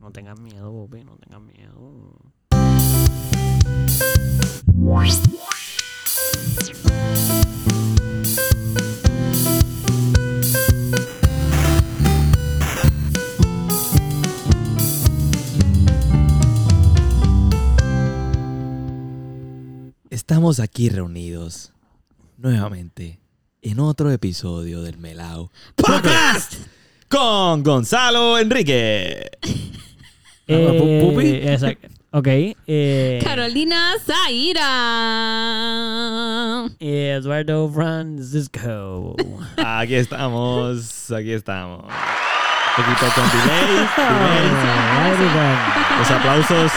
No tengas miedo, Bobby, no tengas miedo. Ah, Estamos aquí reunidos nuevamente en otro episodio del Melao Podcast con Gonzalo Enrique. Eh, Pu- Pupi. exacto. Ok. eh, Carolina Zaira. Eduardo Francisco. Aquí estamos, aquí estamos. Un poquito con delay, delay, los aplausos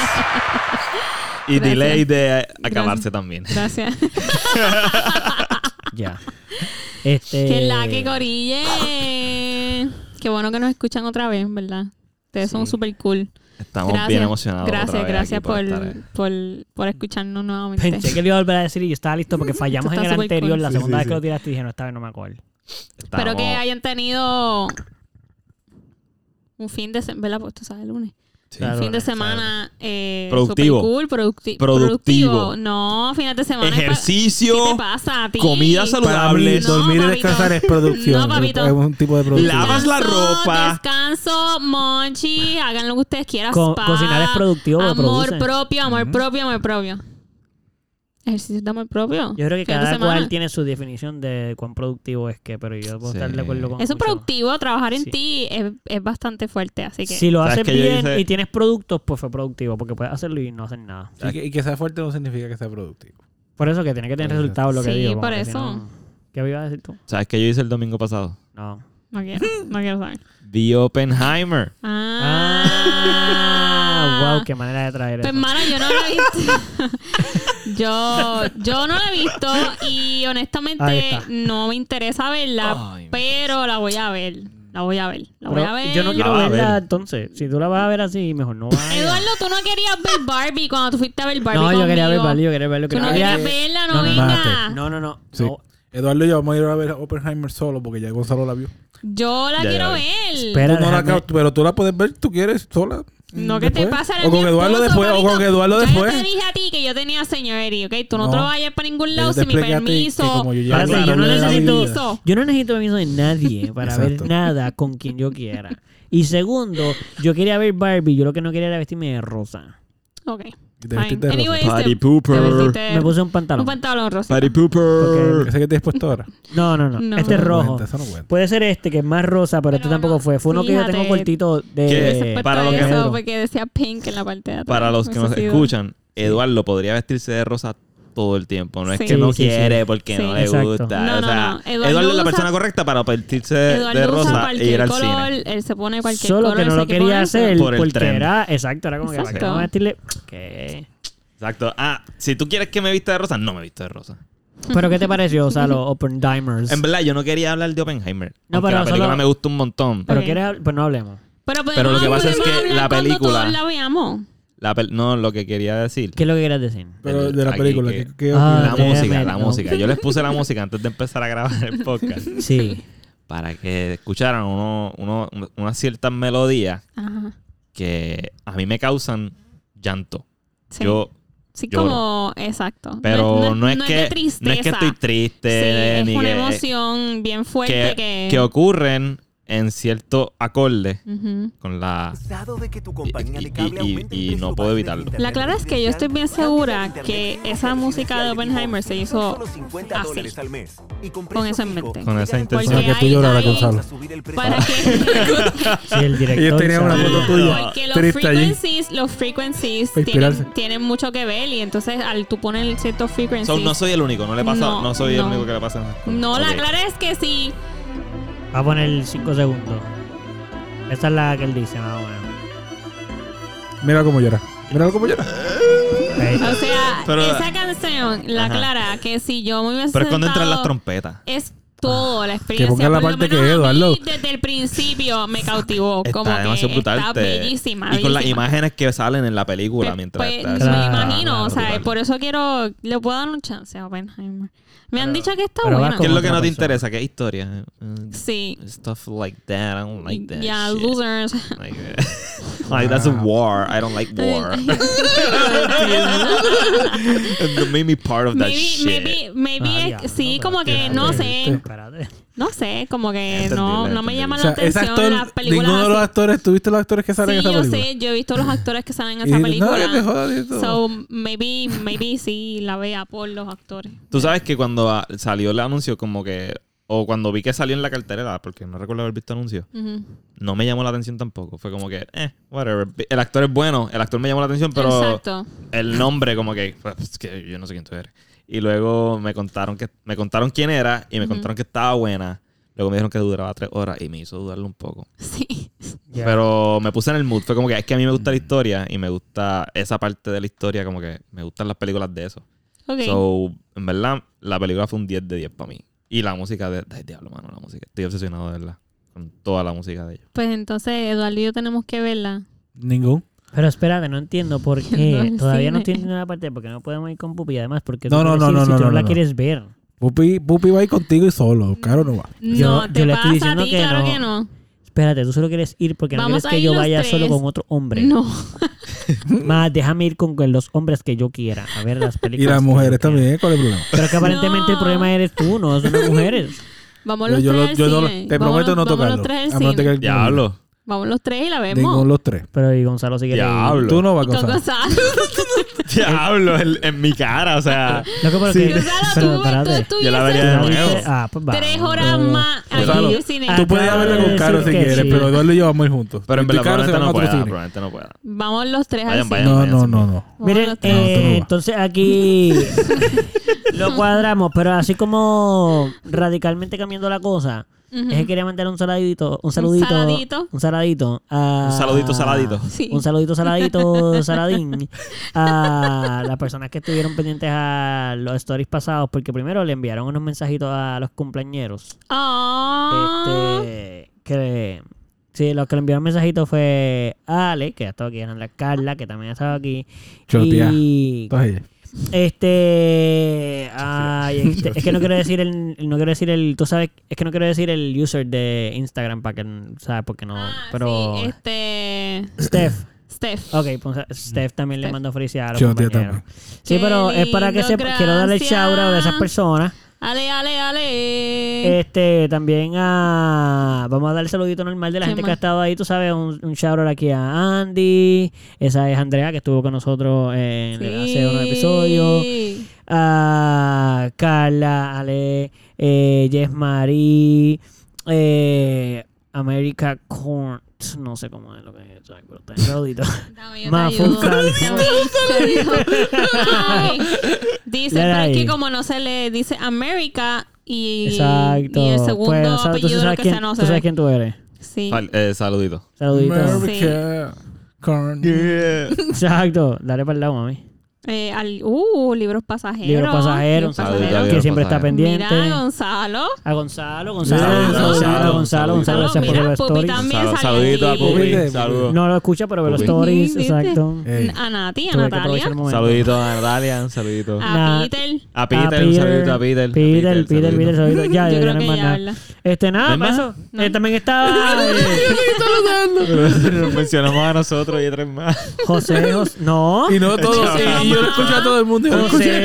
y Gracias. delay de acabarse también. Gracias. ya. Este. que la que corille. Qué bueno que nos escuchan otra vez, ¿verdad? Ustedes son Sí. súper cool. Estamos bien emocionados. otra Gracias, vez gracias aquí por por, estar, eh. por, por escucharnos nuevamente. Pensé que le iba a volver a decir y yo estaba listo porque Esto fallamos en está el súper anterior. cool. La Sí, segunda sí, vez sí. que lo tiraste dije, no, esta vez no me acuerdo. Espero que eh, Estamos- hayan tenido un fin de semana, ¿verdad? Pues tú sabes, el lunes. Sí. Claro. fin de lunes, semana eh, Productivo. súper cool, producti- Productivo. productivo. No, fines de semana. es pa- Ejercicio, ¿Qué te pasa a ti? comida Para mí, saludable, No, dormir y papito. descansar es producción. No, papito. Es un tipo de producción. Lavas la Descanso, ropa. Descanso, monchi, hagan lo que ustedes quieran. Co- spa, cocinar es productivo, lo Amor produce. propio, amor propio, amor propio. Ejercicio de amor propio. Yo creo que Fin de cada semana. cual tiene su definición de cuán productivo es que, pero yo puedo Sí. estar de acuerdo con Eso mucho. productivo, trabajar en Sí. ti es, es bastante fuerte, así que. Si lo ¿Sabes haces que yo bien hice- y tienes productos, pues fue productivo, porque puedes hacerlo y no hacer nada. Y que, y que sea fuerte no significa que sea productivo. Por eso que tiene que tener Exacto. resultados lo que Sí, digo. como por que si eso. no- ¿Qué me ibas a decir tú? ¿Sabes qué yo hice el domingo pasado? No. No quiero, no quiero saber. Vi Oppenheimer. Ah, wow, qué manera de traer Pues, eso. hermana, yo no lo he visto. yo, yo no la he visto y Ahí honestamente está. no me interesa verla, Ay, pero la voy a ver. La voy a ver. La voy Pero a ver. Yo no quiero La va a verla, ver. entonces. Si tú la vas a ver así, mejor no vayas. Eduardo, tú no querías ver Barbie cuando tú fuiste a ver Barbie. No, yo quería ver conmigo. Barbie, yo quería ver lo que Tú no querías verla, no, No, no, venga. No, no, no. Sí. no. Eduardo y yo vamos a ir a ver Oppenheimer solo porque ya Gonzalo la vio. Yo la Ya, ya, quiero ya. ver. Espera, Tú no la déjame- acabas- pero tú la puedes ver, tú quieres, sola. No, que que te pasa O con Eduardo después, o con Eduardo después. Yo te dije a ti que yo tenía señority, ¿ok? Tú no, No. te lo vayas para ningún lado Yo te sin mi expliqué a ti que permiso. como yo ya Espérate, hablé yo, no de la necesito, vida. vida. yo no necesito permiso de nadie para ver Exacto. nada con quien yo quiera. Y segundo, yo quería ver Barbie. Yo lo que no quería era vestirme de rosa. Ok. Y te fine. vestiste de rosa. Anyways, Party te- pooper. te vestiste- Me puse un pantalón. Eh, un pantalón rosa. Party pooper. Ese que te has puesto ahora. No, no, no, No. Este es Eso no rojo. cuenta, eso no cuenta. Puede ser este, que es más rosa, pero, Pero este tampoco no, fue. Fue uno que yo tengo fíjate. Pues cortito ¿Qué? de... Pa- para lo que- eso porque decía pink en la parte de atrás. Para los que Hubiese nos sido- escuchan, Eduardo podría vestirse de rosa todo el tiempo. No es Sí. que no Sí, sí, quiere sí. porque Sí. no le Exacto. gusta. No, o no, sea, no. Eduardo, Eduardo es la usa- persona correcta para vestirse de Eduardo usa rosa y ir cualquier al color, cine. él se pone cualquier Solo color. que no sé lo qué quería ponerse. hacer Por el porque tren. era... Exacto, era como que... ¿para qué Exacto. vamos a vestirle? ¿Qué? Exacto. Ah, si tú quieres que me vista de rosa, no me visto de rosa. ¿Pero qué te pareció, o sea, los Open Dimers? En verdad, yo no quería hablar de Oppenheimer. No, No, pero la película solo- me gusta un montón. ¿Pero Ok. quieres hab- Pues no hablemos. Pero, Pero lo que pasa es que la película- la veamos. La pel- no, lo que quería decir. ¿Qué es lo que querías decir? eh, Pero de la Aquí, película. que- ¿qué- qué Ah, La déjame, música, la no. música. Yo les puse la música antes de empezar a grabar el podcast Sí. para que escucharan uno, uno, unas ciertas melodías Ajá. que a mí me causan llanto. Sí. Yo, Sí, lloro. como, exacto. pero no, es, de que no es que estoy triste Sí, ni es una que, emoción bien fuerte que, que... que ocurren en ciertos acordes Ujú. con la Dado de que tu y- compañía de y- cable y- aumente el y precio no puedo base de evitarlo. internet La clara es que yo estoy bien residencial, segura internet que residencial esa música de residencial Oppenheimer se hizo solo 50 así. dólares al mes. Y con, Con eso en precio fijo, mente. Con esa llegan a- intención. Para que tú hay- lloraras, hay- Gonzalo. subir el precio. Para que... Sí, el director... Ellos tenían una sabe. foto tuya. Porque los Triste allí. frequencies, los frequencies Pa' inspirarse. tienen, tienen mucho que ver y entonces al tú poner ciertos frequencies... So, no soy el único, no le pasa, no, No, soy el no. único que le pasa. esas cosas. No, la Ok. clara es que sí. Va a poner 5 segundos. Esa es la que él dice, más o menos. Mira cómo llora. Mira cómo llora. Ah, Ahí está. O sea, Pero- esa canción, la Ajá. clara, que si yo me hubiese Pero es cuando entran las sentado- trompetas. Es todo, la experiencia. ponga la por lo parte que menos es, a mí, Eduardo. Desde el principio me cautivó. Está como demasiado que brutal. Está te- bellísima. Y con las bellísima. imágenes que salen en la película Pe- mientras pe- está- me está- imagino, o sea, brutal. por eso quiero. Le puedo dar un chance a Oppenheimer. Me han dicho que está pero va buena. ¿Qué es lo que Otra no persona. te interesa? ¿Qué historia? Eh, Sí. Stuff like that. I don't like that. Ya, shit. losers. Like, eh, Like, that's a war. I don't like war. It made me part of that Maybe, shit. maybe, maybe Ah, es- diablo, sí, pero como que espérate, no sé, espérate. no sé, como que Entendible, no, no me entendible. llaman O sea, la ese atención actor, las películas. ninguno de los así. actores, ¿tuviste los actores que salen en Sí, esa yo película? sé, yo he visto los actores que salen en Y esa dices, no, que te película. jodas y todo. So, maybe, maybe sí la vea por los actores. Tú sabes que cuando ah, salió el anuncio, como que. O cuando vi que salió en la cartelera, porque no recuerdo haber visto anuncio, Ujú. no me llamó la atención tampoco. Fue como que, eh, whatever. El actor es bueno, el actor me llamó la atención, pero Exacto. el nombre, como que, pues, que yo no sé quién tú eres. Y luego me contaron que me contaron quién era y me Ujú. contaron que estaba buena. Luego me dijeron que duraba tres horas y me hizo dudarlo un poco. Sí. Ya. Pero me puse en el mood. Fue como que es que a mí me Mm. gusta la historia y me gusta esa parte de la historia, como que me gustan las películas de eso. Ok. So, en verdad, la película fue un 10 de 10 para mí. Y la música de. Ay, diablo, mano, la música. Estoy obsesionado de verdad. Con toda la música de ellos. Pues entonces, Eduardo y yo tenemos que verla. Ningún. Pero espérate, no entiendo por Yendo qué. al Todavía no cine. entiendo nada parte porque no podemos ir con Pupi. y Además, porque No, tú no, quieres no, ir no, si no, tú no, la no. quieres ver. Pupi, Pupi va a ir contigo y solo. Caro no va. Yo- no, yo te le pasa estoy diciendo a ti, que claro no. que no. Espérate, tú solo quieres ir porque no Vamos quieres a que ir yo los vaya solo tres. con otro hombre. No. Mm. Más, déjame ir con los hombres que yo quiera a ver las Y películas. las que yo mujeres quiera. también, ¿eh? ¿cuál es el problema? Pero que aparentemente el problema eres tú, no son las mujeres. Vamos Yo, los yo tres lo- al yo no- cine. te Vamos prometo los- no Vamos tocarlo. los tres A al menos cine. que alguien- Diablo. Vamos los tres y la vemos. Ninguno de los tres. Pero y Gonzalo sigue. Diablo. Tú no vas Y con a Gonzalo. Diablo, el- en mi cara, o sea. Lo que pasa es que- Gonzalo, pero tú- espérate. tú, tú Yo la hubieses vería ¿Ya de nuevo. viste? Ah, pues vamos. tres horas más Gonzalo, aquí en el cine. ah, Tú puedes ir a verla con Acabo de Caro si decir que quieres, sí. pero Eduardo y yo vamos a ir juntos. Pero en Tú y verdad, Caro se probablemente van a no otro pueda. cine. Probablemente no pueda. Vamos los tres al Vayan, cine. vayan. No, no, no, no. Vamos Miren, los tres. eh, tú no vas. entonces aquí lo cuadramos, pero así como radicalmente cambiando la cosa, Ujú. es que quería mandar un saludito, un saludito, saladito. un saladito, a- Un saludito saladito. Sí. un saludito saladito, saladín, a las personas que estuvieron pendientes a los stories pasados, porque primero le enviaron unos mensajitos a los cumpleañeros, Ah. este, que sí, los que le enviaron mensajitos fue Ale, que ha estado aquí, Ana Carla, que también ha estado aquí, Chotea. y Todas ellas. este, ay, este, es que no quiero decir el, no quiero decir el, tú sabes, es que no quiero decir el user de Instagram para que, sabes, porque no, Ah, pero sí, este. Steph, Steph. ok, pues, Steph también le Steph. mandó felicidades a los Yo, tío, compañeros. también. Sí, Qué pero es para que lindo, se quiero darle el shout out a esas gracias. personas. Ale, ale, ale. Este, también a. Vamos a dar el saludito normal de la ¿Quién gente que más? ha estado ahí. Tú sabes, un, un shout out aquí a Andy. Esa es Andrea que estuvo con nosotros en, hace unos episodios. Sí. a Carla, Ale, eh, Jess Marie, eh, America Corn. No sé cómo es lo que es, ay, pero está en saludito. Dame, yo te Más ayudo. full salad. Dame, yo te ayudo. Ay. Dice, Dale pero es ahí. que como no se le dice América y, Exacto. y el segundo Pues, sa- tú apellido, lo sabes que quién, sea, no tú se sabes ve. quién tú eres. Sí. Fal- eh, saludito. Saludito. America, Corn. Exacto. Dale para el lado, mami. Eh, al, uh, libros pasajeros. Libro pasajero, un Libros saludo. saludito Libro que siempre está pasajero. pendiente. Mira, Gonzalo. A Gonzalo, Gonzalo, Saludito, Gonzalo, Gonzalo, Gonzalo, Gonzalo, saludito. gracias por Mira, ver los Pupi stories. también Sal- sale saludito a ahí. Pupi. Pupi. Saludos. No lo escucha, pero ve los Pupi. stories, Sí, ¿viste? exacto. Ey. A Nati, a Tuve que aprovechar Natalia. el momento. Saludito a Natalia, un saludito. Na- A Peter. A Peter, un saludito a Peter. Peter, Peter, Peter, saludito. saludito. Ya, Yo ya, ya creo no hay que más ya, nada. ¿verdad? Este, nada, ¿No hay para más? eso. Eh, también está eh, Nos mencionamos a nosotros y a tres más. José, Jos- No. Y no todos. Sí, sí, Y yo lo mamá. escucho a todo el mundo. Yo lo escucho. José.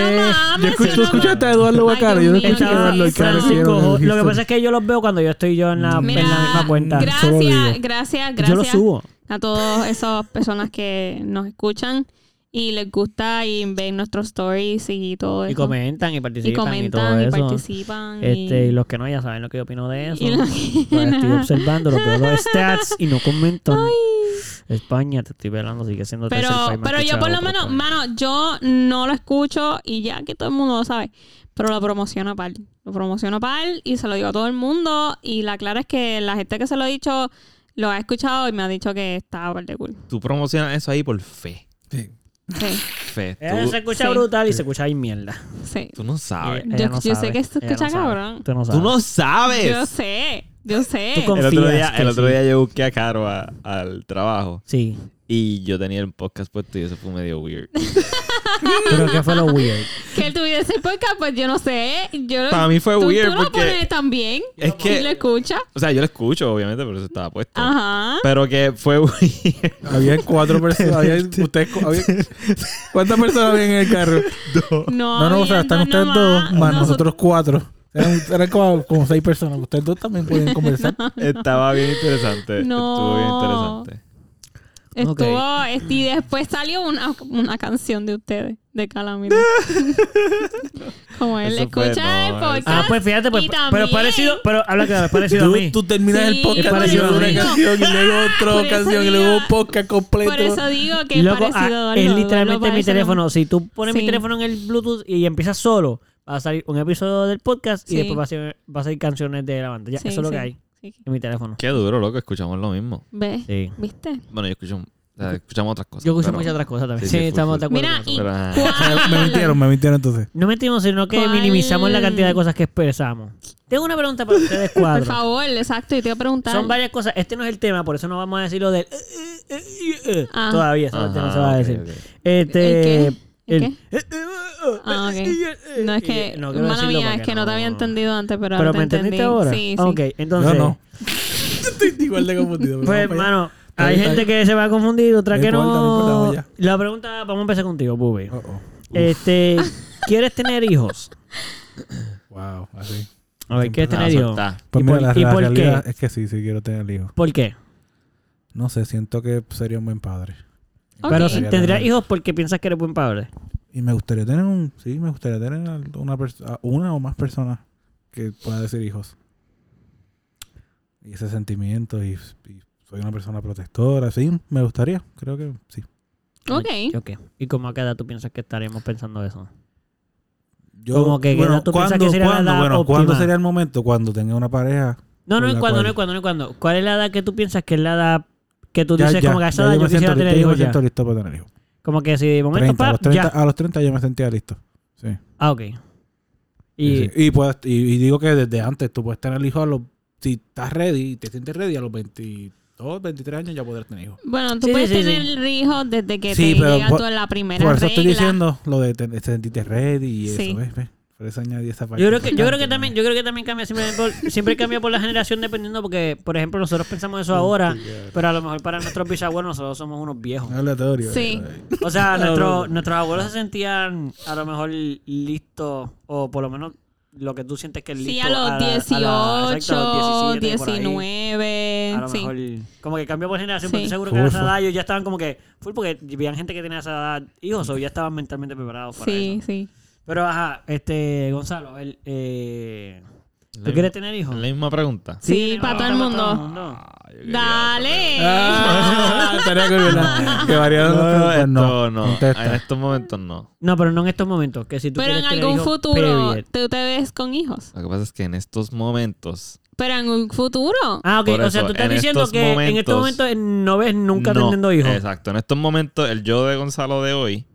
Yo escucho- Tú escuchaste a Eduardo Ay, Bacaro. Dios Yo no mío, escuché a qué Eduardo y Caro vergüenza. Francisco, hicieron Jo- el lo que Houston. pasa es que yo los veo cuando yo estoy yo en la, en la Mira, misma cuenta. Solo Gracias, digo. gracias, Yo lo gracias subo. a todas esas personas que nos escuchan y les gusta y ven nuestros stories y todo eso. Y comentan y participan y, y, comentan, y todo eso. participan. Este, y- y los que no ya saben lo que yo opino de eso. Y lo- Pues estoy observando, los veo los stats y no comentan. España, te estoy velando, sigue siendo el pero tercer país más pero yo por lo escuchado, menos, pero- mano, yo no lo escucho y ya que todo el mundo lo sabe, pero lo promociono par. Lo promociono par y se lo digo a todo el mundo y la clara es que la gente que se lo he dicho lo ha escuchado y me ha dicho que está par de cool. Tú promocionas eso ahí por fe. Sí. Sí, Fe. Ella Eh, se Tú, escucha Sí. brutal y se escucha ahí mierda. sí. tú no sabes. Ella Yo- no yo sé sabe, que se ella no escucha sabe, cabrón. Tú Eh, no sabes. Tú no Yo sabes. sé, yo sé. Tú con- El otro, día, confías que el otro sí. día yo busqué a Caro a- al trabajo Sí. y yo tenía el podcast puesto y eso fue medio weird. Pero ¿qué fue lo weird? que él tuviera ese podcast, pues yo no sé. Yo, Para mí fue ¿Tú- weird tú lo porque- pones también? Es que- ¿Y lo escucha? O sea, yo lo escucho, obviamente, pero eso estaba puesto. Ajá. Pero que fue weird. Había cuatro personas. había- ustedes co- había- ¿Cuántas personas había en el carro? No, No, no, o sea, habían están dos ustedes nomás. dos más Nosot- nosotros cuatro. Eran, eran como, como seis personas. Ustedes dos también pueden conversar. Estaba bien interesante. No. Estuvo bien interesante. Estuvo. este, y después salió una, una canción de ustedes, de Calamity. Como él Eso fue- escucha no, el eh. podcast. Ah, pues fíjate, pues, Y pero también- es parecido, pero habla claro, es parecido a mí. Tú, tú terminas Sí, el es podcast parecido con a una mí. canción y luego Por otra eso canción y digo- luego un podcast completo. Por eso digo que es Loco, parecido ah, a es Eduardo, literalmente Eduardo mi parece teléfono. como- Si tú pones Sí. mi teléfono en el Bluetooth y empiezas solo, va a salir un episodio del podcast Sí. y después va a ser, va a salir canciones de la banda. Ya, Sí, eso es lo sí. que hay Sí. en mi teléfono. Qué duro, loco. Escuchamos lo mismo. ¿Ves? Sí. ¿Viste? Bueno, yo escucho. o sea, escuchamos otras cosas. Yo escucho pero- muchas otras cosas también. Sí, Sí, sí, full, estamos de full. acuerdo. Mira, con eso. y- Pero, ah, O sea, me mintieron, me mintieron entonces. No mentimos, sino que ¿Cuál? minimizamos la cantidad de cosas que expresamos. Tengo una pregunta para ustedes, Por cuadro. favor, exacto. Y te voy a preguntar. Son varias cosas. Este no es el tema, por eso no vamos a decir lo del... eh, Ah. Todavía, eso Ajá, no se va a ok, decir. ok. Este... ¿El qué? ¿El qué? Ah, Ah, ok. No es que. No, quiero mala decirlo mía, es porque que no, te había entendido antes, pero, Pero ahora me te entendí. entendiste ahora. Ah, Sí, sí. Ok, entonces. Yo no. Estoy igual de confundido. pero Pues, vamos para allá. hermano, Está hay bien, está gente que se va a confundir, otra No que importa, no importa, no. vamos ya. La pregunta, vamos a empezar contigo, Bubi. Oh, Este, ¿quieres tener hijos? oh. Wow, así. A ver, ¿quieres Ah, tener hijos? soltá. Pues ¿Y mira, por- la, y la por qué? realidad es que sí, sí quiero tener hijos. ¿Por qué? No sé, siento que sería un buen padre. Ok. Pero si Sería tendrías la- hijos porque piensas que eres buen padre. Y me gustaría tener un, sí, me gustaría tener a una, pers- a una o más personas que pueda decir hijos. Y ese sentimiento, y, y soy una persona protectora, sí, me gustaría, creo que sí. Ok. Ok. ¿Y cómo a qué edad tú piensas que estaremos pensando eso? Yo, Como que, ¿tú piensas que sería la edad bueno, ¿cuándo óptima? sería el momento? Cuando tenga una pareja. No, no, Con en cuándo, la cual- no, en cuándo, no, en cuándo. ¿Cuál es la edad que tú piensas que es la edad que tú Ya, dices ya, como que a esa ya edad yo yo me siento quisiera listo, tener ya yo hijos me ya? siento listo para tener hijos. Como que si de momento, 30, a, pa, los 30, ya. a los 30 yo me sentía listo. Sí. Ah, ok. Y, Sí, sí. Y, puedes- y- y digo que desde antes tú puedes tener hijos a los. Si estás ready y te sientes ready, a los 22, 23 años ya podrás tener hijos. Bueno, tú Sí, sí, puedes sí, sí. tener hijos desde que Sí, te pero llega por- tú a la primera Por eso estoy regla. diciendo lo de te, sentirte ready y eso, Sí. ¿ves? ¿ves? Por eso añadí esa parte. Yo creo que, yo creo que importante, también, yo creo que también cambia siempre, por, siempre cambia por la generación dependiendo porque, por ejemplo, nosotros pensamos eso ahora, pero a lo mejor para nuestros bisabuelos nosotros somos unos viejos. ¿no? Aleatorio. Sí. O Ah, sea, nuestro- nuestros abuelos se sentían a lo mejor listos, o por lo menos lo que tú sientes que es listo. Sí, a los la- a 18, la- exacto, a los 17 por ahí. 19. A lo sí. mejor, como que cambia por generación, Sí. pero estoy seguro que Full, a esa full. edad ellos ya estaban como que, full porque veían gente que tenía esa edad hijos o ya estaban mentalmente preparados para eso. Sí, sí. Pero ajá, este, Gonzalo, el, eh, La ¿tú misma- quieres tener la hijos? misma pregunta. Sí, no, para todo el para mundo. Ah, yo quería Dale. Ah, estaría cool, ¿verdad? Que variaron los No, preguntas, esto no. contesta. En estos momentos no. No, pero no en estos momentos. Que si tú Pero en quieres tener algún hijos, futuro, period. ¿tú te ves con hijos? Lo que pasa es que en estos momentos Pero en un futuro. Ah, ok. Por o sea, eso, tú estás en diciendo estos que en estos momentos- momentos eh, no ves nunca No, teniendo hijos. Exacto. En estos momentos, el yo de Gonzalo de hoy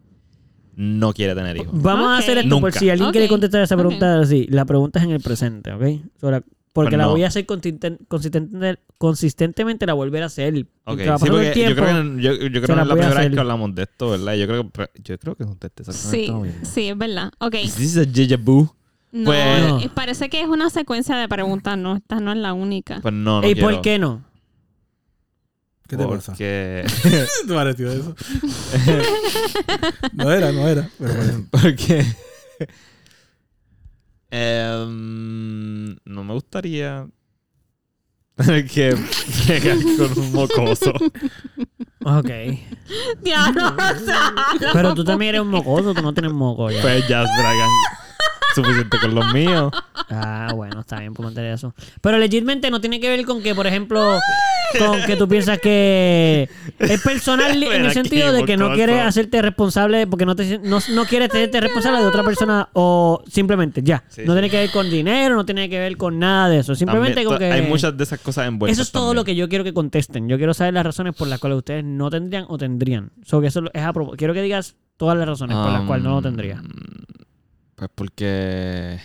no quiere tener hijos. Vamos a Ok. hacer esto por Nunca. si alguien Ok, quiere contestar esa ok. pregunta así. La pregunta es en el presente, ¿ok? Sobre- porque Pues la no. voy a hacer consisten- consistente- consistentemente, la volver a hacer. Ok, Porque va sí, pasando porque el tiempo. yo creo que, en- yo, yo creo se que la es la voy a primera vez hacer. que hablamos de esto, ¿verdad? Yo creo que, yo creo que contesté pues, exactamente Sí, lo mismo. sí, es verdad. Ok. Is this a déjà vu? No, Pues- eh, parece que es una secuencia de preguntas, no, esta no es la única. Pues no, no ¿Y quiero. por qué no? ¿Qué te pasa? porque, ¿Te pareció eso? no era, no era. Pero bueno. Porque... Em, no me gustaría tener que llegar con un mocoso. Ok. Diablo, Gonzalo. Pero tú también eres un mocoso, tú no tienes moco ya. Pues ya, Dragon. Suficiente con los míos. Ah, bueno, está bien por mantener eso. Pero legitmente no tiene que ver con que, por ejemplo, con que tú piensas que es personal en Mira el sentido aquí, de que no mocoso. quieres hacerte responsable porque no, te, no, no quieres hacerte responsable de otra persona o simplemente ya. Sí, no sí. tiene que ver con dinero, no tiene que ver con nada de eso. Simplemente También, como to- que... Hay muchas de esas cosas envueltas. eso es todo también. lo que yo quiero que contesten. Yo quiero saber las razones por las cuales ustedes no tendrían o tendrían. So, que eso es a propósito. Quiero que digas todas las razones por las cuales no lo Um, tendría. Pues porque.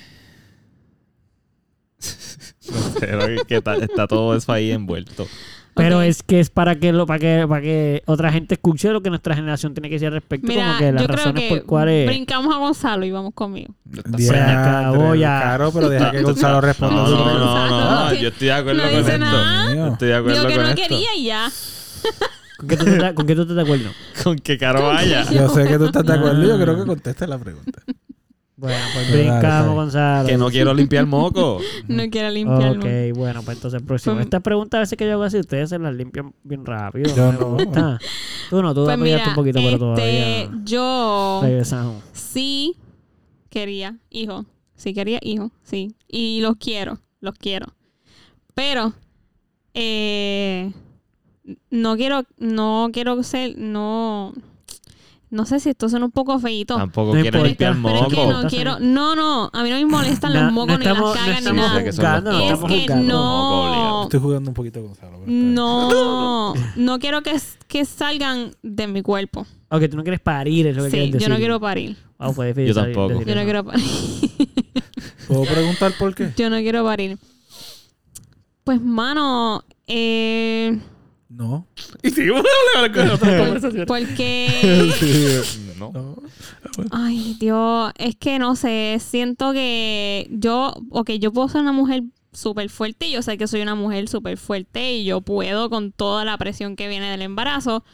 no sé, creo que, que está, está todo eso ahí envuelto. Pero Ok. es que es para que lo para que para que otra gente escuche lo que nuestra generación tiene que decir al respecto, Mira, como que las yo creo razones que por cuáles brincamos a Gonzalo y vamos conmigo. Se acabó ya. Claro, pero deja que Gonzalo No, responda. no, su no, pregunta. no, no, yo estoy de acuerdo No con dice esto. nada. Dios Yo mío. Estoy de acuerdo Digo que con no esto. quería y ya. con qué tú estás- con qué tú estás de acuerdo. Con que Caro vaya. Yo sé que tú estás de acuerdo. Yo creo que contesta la pregunta. Bueno, pues Dale, dale. brincamos, Gonzalo. Que no quiero limpiar moco. No quiero limpiarlo. Ok, bueno, pues entonces próximo. Pues- Estas preguntas a veces que yo hago así, ustedes se las limpian bien rápido. Yo me no. gusta. Tú no, tú Pues apoyaste mira, un poquito, pero este, todavía. yo Regresamos. sí quería hijo. Sí quería hijo, sí. Y los quiero, los quiero. Pero eh, no quiero, no quiero ser, no, no sé si esto suena un poco feíito. Tampoco No quiero importa. limpiar Pero Pero es que moco. no quiero, no, no, a mí no me molestan los Na- mocos ni las estamos- cagas ni no Sí, nada. sé estamos que son juzgando, no los mocos. estamos Es que juzgando. Moco no, obligado. Estoy jugando un poquito, Gonzalo. pero está bien. no, no quiero que, que salgan de mi cuerpo. Ok, tú no quieres parir, es lo que Sí, quieres decir. yo no quiero parir. Wow, fue difícil Yo salir- tampoco. decir Yo no eso. quiero parir. ¿Puedo preguntar por qué? Yo no quiero parir. Pues, mano, eh, No. porque... No. No. Ay, Dios, es que no sé, siento que yo, ok, yo puedo ser una mujer súper fuerte y yo sé que soy una mujer súper fuerte y yo puedo con toda la presión que viene del embarazo,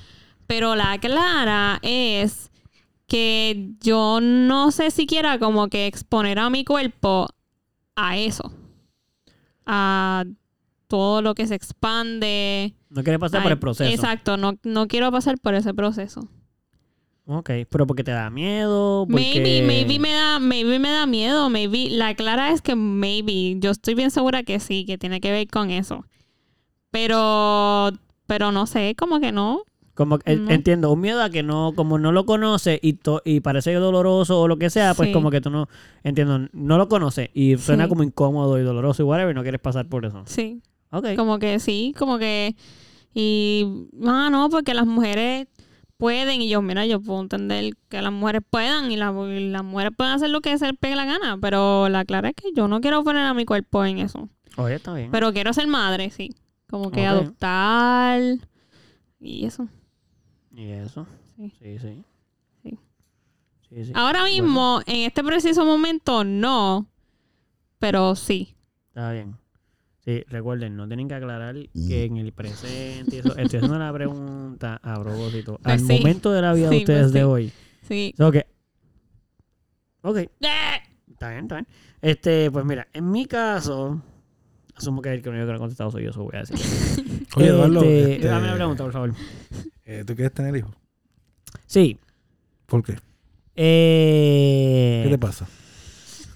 pero la clara es que yo no sé siquiera como que exponer a mi cuerpo a eso, a todo lo que se expande. No quieres pasar por Ay, el proceso. Exacto, no, no quiero pasar por ese proceso. Ok, pero porque te da miedo. Porque... Maybe, maybe me da, maybe me da miedo, maybe. La clara es que maybe. Yo estoy bien segura que sí, que tiene que ver con eso. Pero, pero no sé, como que no. Como que, eh, No. entiendo, un miedo a que no, como no lo conoce y, to- y parece doloroso o lo que sea, pues Sí. como que tú no, entiendo, no lo conoce y suena Sí. como incómodo y doloroso y whatever, y no quieres pasar por eso. Sí. Ok. Como que sí, como que. Y, ah, no, porque las mujeres pueden. Y yo, mira, yo puedo entender que las mujeres puedan y, la- y las mujeres pueden hacer lo que se les pegue la gana. Pero la clara es que yo no quiero poner a mi cuerpo en eso. Oye, está bien. Pero quiero ser madre, sí. Como que Ok. adoptar. Y eso. ¿Y eso? Sí. Sí, sí. Sí. Ah. Sí, sí. Ahora mismo, en este preciso momento, no. Pero sí. Está bien. Sí, recuerden, no tienen que aclarar que en el presente, y eso, estoy haciendo una pregunta a propósito, Pues al sí. momento de la vida de Sí, pues ustedes de sí. hoy. Sí. So, Ok. Ok. ¡Eh! Está bien, está bien. Este, pues mira, en mi caso, asumo que el que único que no ha contestado soy yo, eso voy a decir. Oye, Eduardo. Este, este, Dame la pregunta, por favor. eh, ¿Tú quieres tener hijos? Sí. ¿Por qué? Eh, ¿Qué te pasa?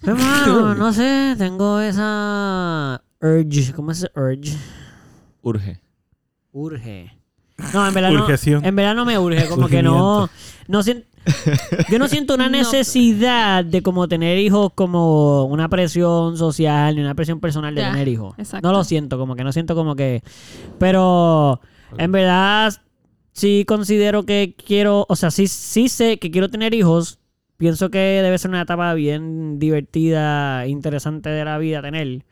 hermano, no sé, tengo esa urge, ¿cómo es ese urge? Urge. Urge. No, en verdad no, Urgeción. en verdad no me urge, como que no, no siento, yo no siento una No. necesidad de como tener hijos como una presión social ni una presión personal de Ya, tener hijos. exacto. No lo siento, como que no siento como que, pero en verdad sí considero que quiero, o sea, sí, sí sé que quiero tener hijos. Pienso que debe ser una etapa bien divertida, interesante de la vida tener.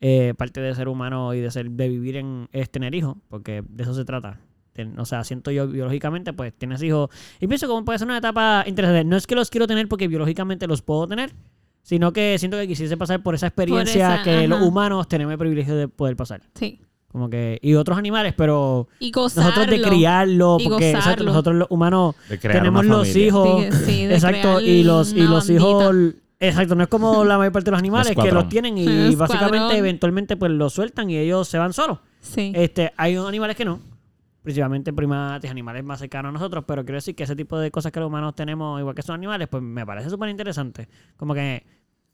Eh, parte de ser humano y de ser de vivir en es tener hijos, porque de eso se trata. Ten- o sea, siento yo biológicamente, pues tienes hijos. Y pienso como puede ser una etapa interesante. No es que los quiero tener porque biológicamente los puedo tener, sino que siento que quisiese pasar por esa experiencia esa, que los ajá. humanos tenemos el privilegio de poder pasar. Sí. Como que, y otros animales, pero Y gozarlo. nosotros de criarlo, y porque exacto, gozarlo. nosotros los humanos De crear tenemos una los familia. hijos. Sí, sí, de Exacto, crear y los, y una los bandita. hijos. Exacto, no es como la mayor parte de los animales que Escuadrón. los tienen y Escuadrón. básicamente eventualmente pues los sueltan y ellos se van solos. Sí. Este, hay animales que no, principalmente primates, animales más cercanos a nosotros, pero quiero decir que ese tipo de cosas que los humanos tenemos, igual que son animales, pues me parece súper interesante. Como que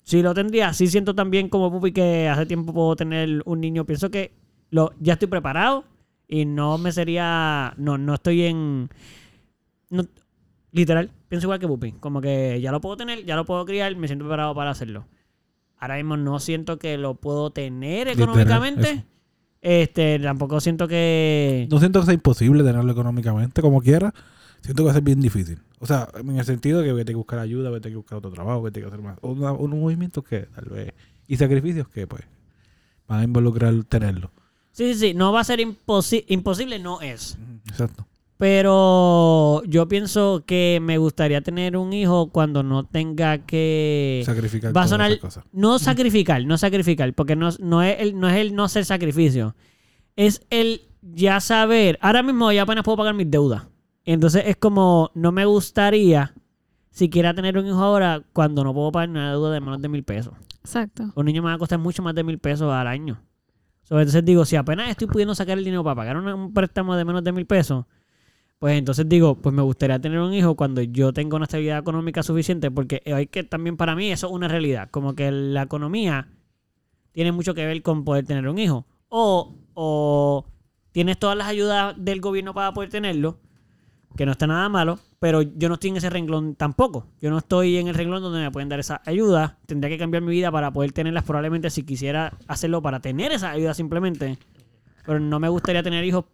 si lo tendría, sí siento también como Pupi que hace tiempo puedo tener un niño, pienso que lo, ya estoy preparado y no me sería, no, no estoy en, no- literal, pienso igual que Pupi, como que ya lo puedo tener, ya lo puedo criar, me siento preparado para hacerlo. Ahora mismo no siento que lo puedo tener Literal, económicamente. eso. Este, tampoco siento que. No siento que sea imposible tenerlo económicamente, como quiera. Siento que va a ser bien difícil. O sea, en el sentido que vete a buscar ayuda, vete a buscar otro trabajo, vete a hacer más. una- unos movimientos que tal vez. Y sacrificios que, pues, van a involucrar tenerlo. Sí, sí, sí. No va a ser imposi- imposible, no es. Ujú, Exacto. Pero yo pienso que me gustaría tener un hijo cuando no tenga que... Sacrificar Eh, va a todas sonar- esas cosas. No sacrificar, no sacrificar, porque no, no, es el, no es el no hacer sacrificio. Es el ya saber. Ahora mismo ya apenas puedo pagar mis deudas. Y entonces es como, no me gustaría siquiera tener un hijo ahora cuando no puedo pagar una deuda de menos de mil pesos. Exacto. Un niño me va a costar mucho más de mil pesos al año. So, entonces digo, si apenas estoy pudiendo sacar el dinero para pagar una- un préstamo de menos de mil pesos, pues entonces digo, pues me gustaría tener un hijo cuando yo tenga una estabilidad económica suficiente, porque eh, hay que también para mí eso es una realidad, como que la economía tiene mucho que ver con poder tener un hijo. O, o tienes todas las ayudas del gobierno para poder tenerlo, que no está nada malo, pero yo no estoy en ese renglón tampoco. Yo no estoy en el renglón donde me pueden dar esa ayuda. Tendría que cambiar mi vida para poder tenerlas probablemente si quisiera hacerlo para tener esa ayuda simplemente. Pero no me gustaría tener hijos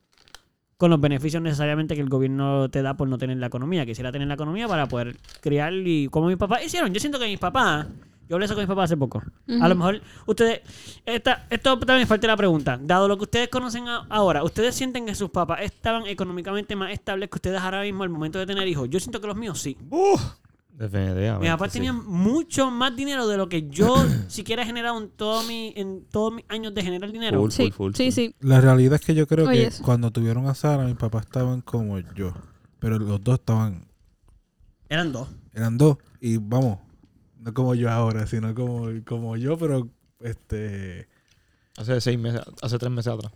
con los beneficios necesariamente que el gobierno te da por no tener la economía. Quisiera tener la economía para poder criar y como mis papás hicieron. Yo siento que mis papás, yo hablé eso con mis papás hace poco. A lo mejor ustedes, esta, esto también es parte de la pregunta. Dado lo que ustedes conocen a- ahora, ¿ustedes sienten que sus papás estaban económicamente más estables que ustedes ahora mismo al momento de tener hijos? Yo siento que los míos sí. Definitivamente. Mis papás sí. tenían mucho más dinero de lo que yo siquiera he generado en todos mi, en todos mis años de generar dinero. Full, full, Sí, full, sí, full. sí. La realidad es que yo creo Oye, que eso. cuando tuvieron a Sara, mis papás estaban como yo. Pero los dos estaban, Eran dos. eran dos. Y vamos, no como yo ahora, sino como, como yo, pero este Hace seis meses, hace tres meses atrás.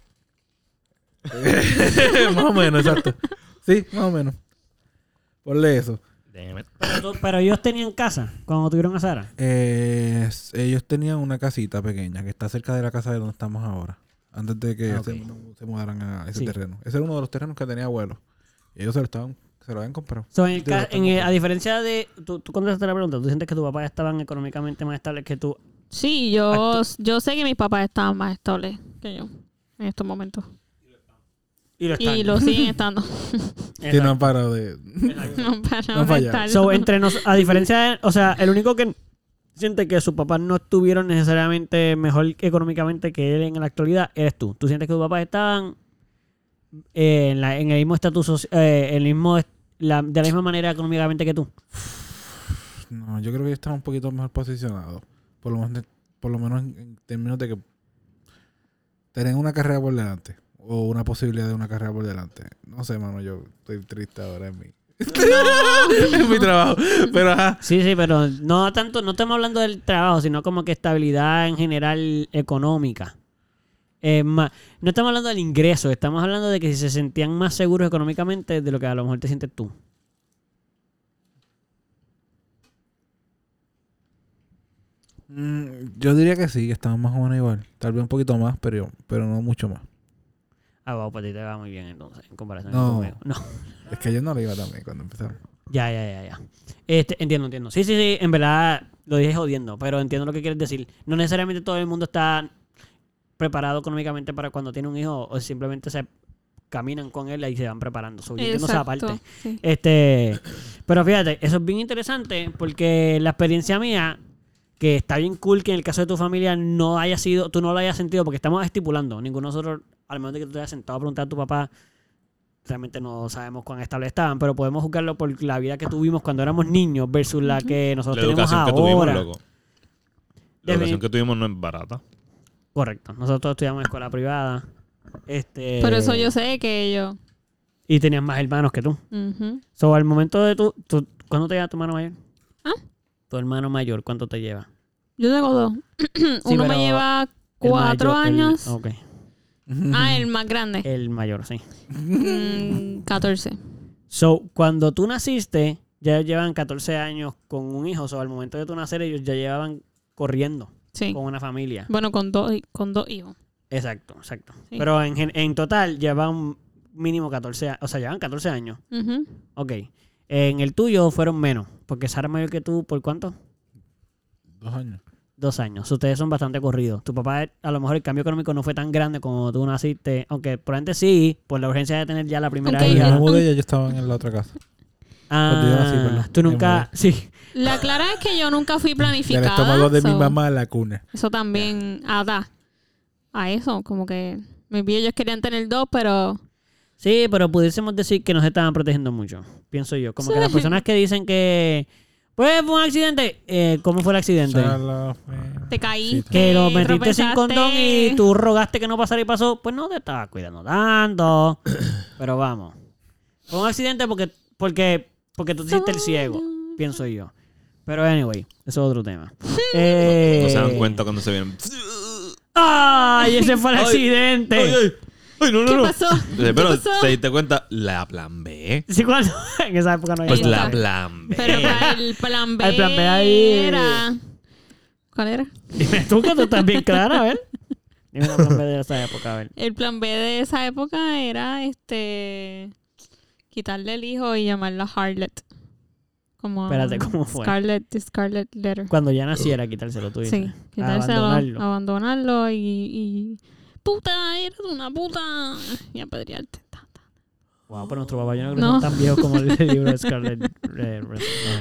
más o menos, exacto. Sí, más o menos. Ponle eso. Damn it. Pero, pero ellos tenían casa cuando tuvieron a Sara. Eh, s- ellos tenían una casita pequeña que está cerca de la casa de donde estamos ahora. Antes de que Ah, se, ok. mu- se mudaran a ese Sí. terreno. Ese era uno de los terrenos que tenía abuelo. Y ellos se lo, estaban, se lo habían comprado. So, en el Sí, ca- lo están en el- a comprando. diferencia de... Tú, tú contestaste la pregunta. ¿Tú sientes que tus papás estaban económicamente más estables que tú Sí, yo, yo sé que mis papás estaban más estables que yo en estos momentos. y lo están? Y lo siguen estando. Que no han parado de... no para No han fallado. estar. So, entre nos, a diferencia de, o sea, el único que siente que sus papás no estuvieron necesariamente mejor económicamente que él en la actualidad, eres tú. Tú sientes que tus papás estaban eh, en, la- en el mismo estatus, soci- eh, el mismo, est- la- de la misma manera económicamente que tú. No, yo creo que ellos estaban un poquito mejor posicionados. Por lo, menos- por lo menos en, en términos de que tenían una carrera por delante. O una posibilidad de una carrera por delante. No sé, mano, yo estoy triste ahora en mi... en mi trabajo. Pero ajá. Sí, sí, pero no tanto, no estamos hablando del trabajo, sino como que estabilidad en general económica. Eh, ma- no estamos hablando del ingreso, estamos hablando de que si se sentían más seguros económicamente de lo que a lo mejor te sientes tú. Mm, yo diría que sí, que estaban más o menos igual. Tal vez un poquito más, pero, pero no mucho más. Ah, wow, pues a ti te va muy bien entonces, en comparación No. conmigo. No, Es que yo no le iba también cuando empezaron. ya, ya, ya, ya. Este, entiendo, entiendo. Sí, sí, sí, en verdad lo dije jodiendo, pero entiendo lo que quieres decir. No necesariamente todo el mundo está preparado económicamente para cuando tiene un hijo o simplemente se caminan con él y se van preparando. So, yo entiendo esa Exacto, parte. sí. Este, pero fíjate, eso es bien interesante porque la experiencia mía, que está bien cool que en el caso de tu familia no haya sido, tú no lo hayas sentido, porque estamos estipulando, ninguno de nosotros, al menos de que tú te hayas sentado a preguntar a tu papá, realmente no sabemos cuán estable estaban, pero podemos juzgarlo por la vida que tuvimos cuando éramos niños versus la que nosotros La tenemos educación que tuvimos, ahora. loco. La Defin- educación que tuvimos no es barata. Correcto, nosotros estudiamos en escuela privada. Este, Por eso yo sé que yo. Y tenías más hermanos que tú. Ujú. So, al momento de tu, tu- ¿Cuánto te lleva tu hermano mayor? ¿Ah? Tu hermano mayor, ¿cuánto te lleva? Yo tengo dos. Uno pero me lleva El cuatro mayor- el- oh. años. ok. Ah, el más grande. El mayor, sí. Mm, 14. So, cuando tú naciste, ya llevan 14 años con un hijo. So, al momento de tu nacer, ellos ya llevaban corriendo Sí. con una familia. Bueno, con dos, hi- con dos hijos. Exacto, exacto. Sí. Pero en, gen- en total, llevan mínimo 14 años. O sea, llevan 14 años. Ujú. Ok. En el tuyo fueron menos. Porque Sara es mayor que tú, ¿por cuánto? Dos años. Dos años. Ustedes son bastante corridos. Tu papá, a lo mejor el cambio económico no fue tan grande como tú naciste. Aunque probablemente sí, por la urgencia de tener ya la primera Aunque Cuando yo hija. me mudé, ya yo estaba en la otra casa. Cuando yo pues, nací, Ah, perdón. tú Me nunca. Sí. La clara es que yo nunca fui Del planificada. estómago de mi so, mamá a la cuna. Eso también da a eso, como que Maybe ellos querían tener dos, pero Sí, pero pudiésemos decir que nos estaban protegiendo mucho, pienso yo. Como que las personas que dicen que, pues fue un accidente, eh, ¿cómo fue el accidente? Sala, fe- te caíste. que lo metiste sin tropezaste. condón y tú rogaste que no pasara y pasó, pues no te estabas cuidando tanto. Pero vamos. Fue un accidente porque, porque, porque tú te hiciste el ciego, pienso yo. Pero anyway, eso es otro tema. Eh, No se dan cuenta cuando se vienen. ¡Ay! Ese fue el Ay, accidente. ¡Ay, ay! ¡Ay, no, no, ¿Qué no! pasó? ¿Qué Eh, Pero pasó? te diste cuenta, la plan B. Sí, cuando- en esa época no había. Pues la está. plan B. Pero para el plan B. El plan B ahí- Era... ¿Cuál era? Dime tú que tú estás bien clara, a ver. Dime una plan B de esa época, a ver. El plan B de esa época era este quitarle el hijo y llamarla Harlet. Como a Espérate, ¿cómo fue? Scarlet, the Scarlet Letter. Cuando ya naciera, quitárselo tú. dices. Sí, quitárselo, Abandonarlo. abandonarlo, y, y puta, eres una puta y apedrearte. Ta, ta. Wow, pero nuestro papá yo no creo No. que sea tan viejo como el libro de Scarlett. eh, Rest-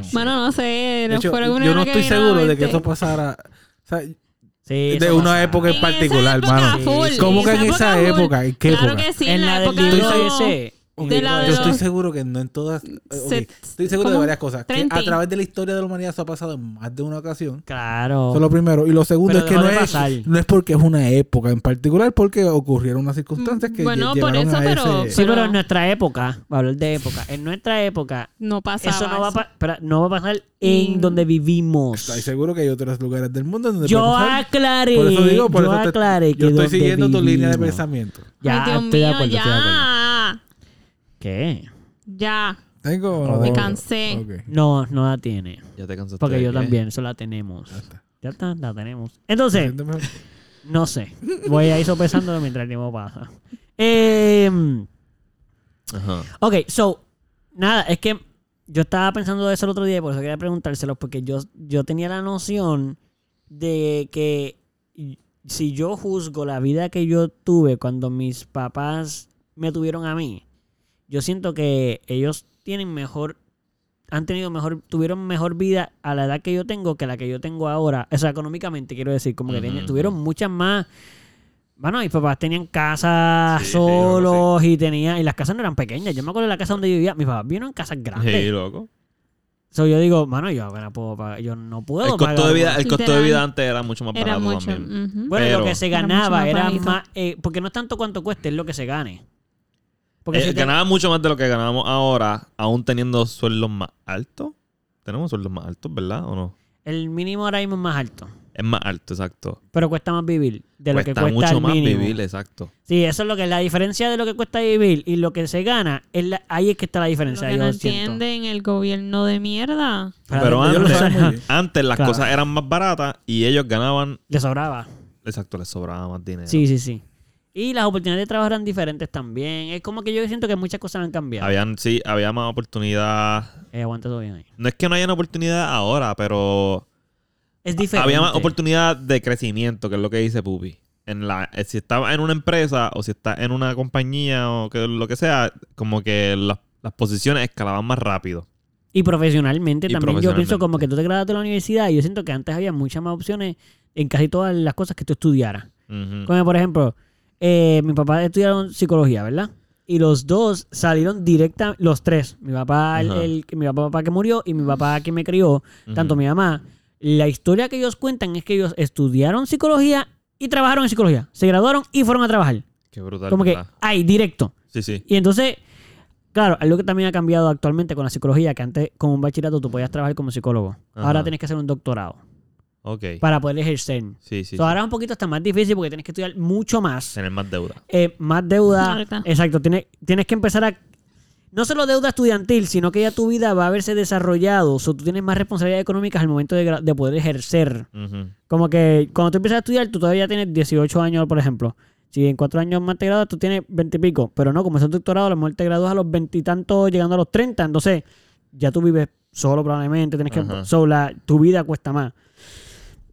no. Mano, no sé, De hecho, fue lo yo primero no que estoy vino a la seguro de mente. que eso pasara. O sea, Sí, de eso una pasa. época en En particular, esa época mano. full, ¿Cómo que en esa full. época? ¿En qué claro época? que sí, en la del época libro no- ese. Ok, De la de yo estoy los- seguro que no en todas. eh, ok, Se- Estoy seguro de como varias cosas. Que 30. a través de la historia de la humanidad se ha pasado en más de una ocasión. Claro. Eso es lo primero. Y lo segundo Pero es que dejó no de es, pasar. no es porque es una época en particular, porque ocurrieron unas circunstancias que lle- Bueno, por llevaron eso, a pero- ese... Sí, pero Pero- en nuestra época, va a hablar de época, en nuestra época, No pasaba. eso no va, a eso. pa- espera, no va a pasar en Mm. donde vivimos. Estoy seguro que hay otros lugares del mundo donde puede Yo pasar. aclaré, Por eso digo, por yo eso te- aclaré que yo estoy donde siguiendo tu línea de vivimos. pensamiento. Ya, Ay, Dios estoy de mío, acuerdo, ya. estoy de acuerdo. ¿Qué? Ya. ¿Tengo o no Me tengo? cansé. Ok. No, no la tiene. Ya te cansaste. Porque de yo qué? también, eso la tenemos. Ya está. Ya está, la tenemos. ¿Me Entonces, siento mejor? No sé. Voy a ir sopesándolo mientras el tiempo pasa. Em, Ajá. ok, so. Nada, es que yo estaba pensando de eso el otro día y por eso quería preguntárselo. Porque yo, yo tenía la noción de que y- si yo juzgo la vida que yo tuve cuando mis papás me tuvieron a mí, yo siento que ellos tienen mejor. Han tenido mejor, tuvieron mejor vida a la edad que yo tengo que la que yo tengo ahora. O sea, económicamente quiero decir, como que Ujú, tenía- ujú. tuvieron muchas más bueno, mis papás tenían casas Sí, sí, solos y tenía y las casas no eran pequeñas. Yo me acuerdo de la casa donde yo vivía. Mis papás vivieron en casas Sí, grandes. loco. So, yo digo, mano, yo apenas puedo pagar- yo no puedo El costo, pagar de un- vida, el costo de Literal. vida antes era mucho más Era barato mucho. mm, también. ujú. Bueno, pero- lo que se Era mucho ganaba más era bajito. más, eh, porque no es tanto cuánto cueste, es lo que se gane. Porque Eh, si te- ganaba mucho más de lo que ganábamos ahora, aún teniendo sueldos más altos. Tenemos sueldos más altos, ¿verdad? ¿O no? el mínimo ahora mismo es más alto, Es más alto, exacto. pero cuesta más vivir de lo que cuesta mucho el más mínimo. vivir, exacto. Sí, eso es lo que la diferencia de lo que cuesta vivir y lo que se gana, es la- ahí es que está la Lo diferencia. que yo no siento. entienden el gobierno de mierda. Espérate, Pero ellos lo antes- saben muy bien. Antes las Claro. cosas eran más baratas y ellos ganaban, Les sobraba. exacto, les sobraba más dinero. Sí, sí, sí. Y las oportunidades de trabajo eran diferentes también. Es como que yo siento que muchas cosas han cambiado. Habían, sí, había más oportunidad. Eh, aguanta todo bien ahí. No es que no haya una oportunidad ahora, pero Es diferente. había más oportunidad de crecimiento, que es lo que dice Pupi. En la, eh, si estaba en una empresa o si está en una compañía o que, lo que sea, como que las- las posiciones escalaban más rápido. Y profesionalmente Y también yo profesionalmente. pienso como que tú te graduaste de la universidad y yo siento que antes había muchas más opciones en casi todas las cosas que tú estudiaras. Ujú. Como por ejemplo, eh, mi papá estudiaron psicología, ¿verdad? Y los dos salieron directa, los tres. Mi papá, el, Ajá. el- mi papá, papá que murió y mi papá que me crió, tanto Ujú. mi mamá. La historia que ellos cuentan es que ellos estudiaron psicología y trabajaron en psicología. Se graduaron y fueron a trabajar. Qué brutal. Como que ¿verdad? ahí, directo. Sí, sí. Y entonces, claro, algo que también ha cambiado actualmente con la psicología, que antes con un bachillerato tú podías trabajar como psicólogo. Ajá. Ahora tienes que hacer un doctorado Ok. para poder ejercer. Sí, So, sí. sí. ahora es un poquito hasta más difícil porque tienes que estudiar mucho más. Tener más deuda. eh, más deuda. Ahorita. Exacto, tienes, tienes que empezar a... No solo deuda estudiantil, sino que ya tu vida va a verse desarrollado. O tú tienes más responsabilidades económicas al momento de, gra- de poder ejercer. Ujú. Como que cuando tú empiezas a estudiar, tú todavía tienes 18 años, por ejemplo. Si en cuatro años más te gradúas, tú tienes 20 y pico. Pero no, como es un doctorado, a lo mejor te gradúas a los 20 y tantos, llegando a los 30. Entonces, ya tú vives solo probablemente. Tienes que... Ajá. So, la- tu vida cuesta más.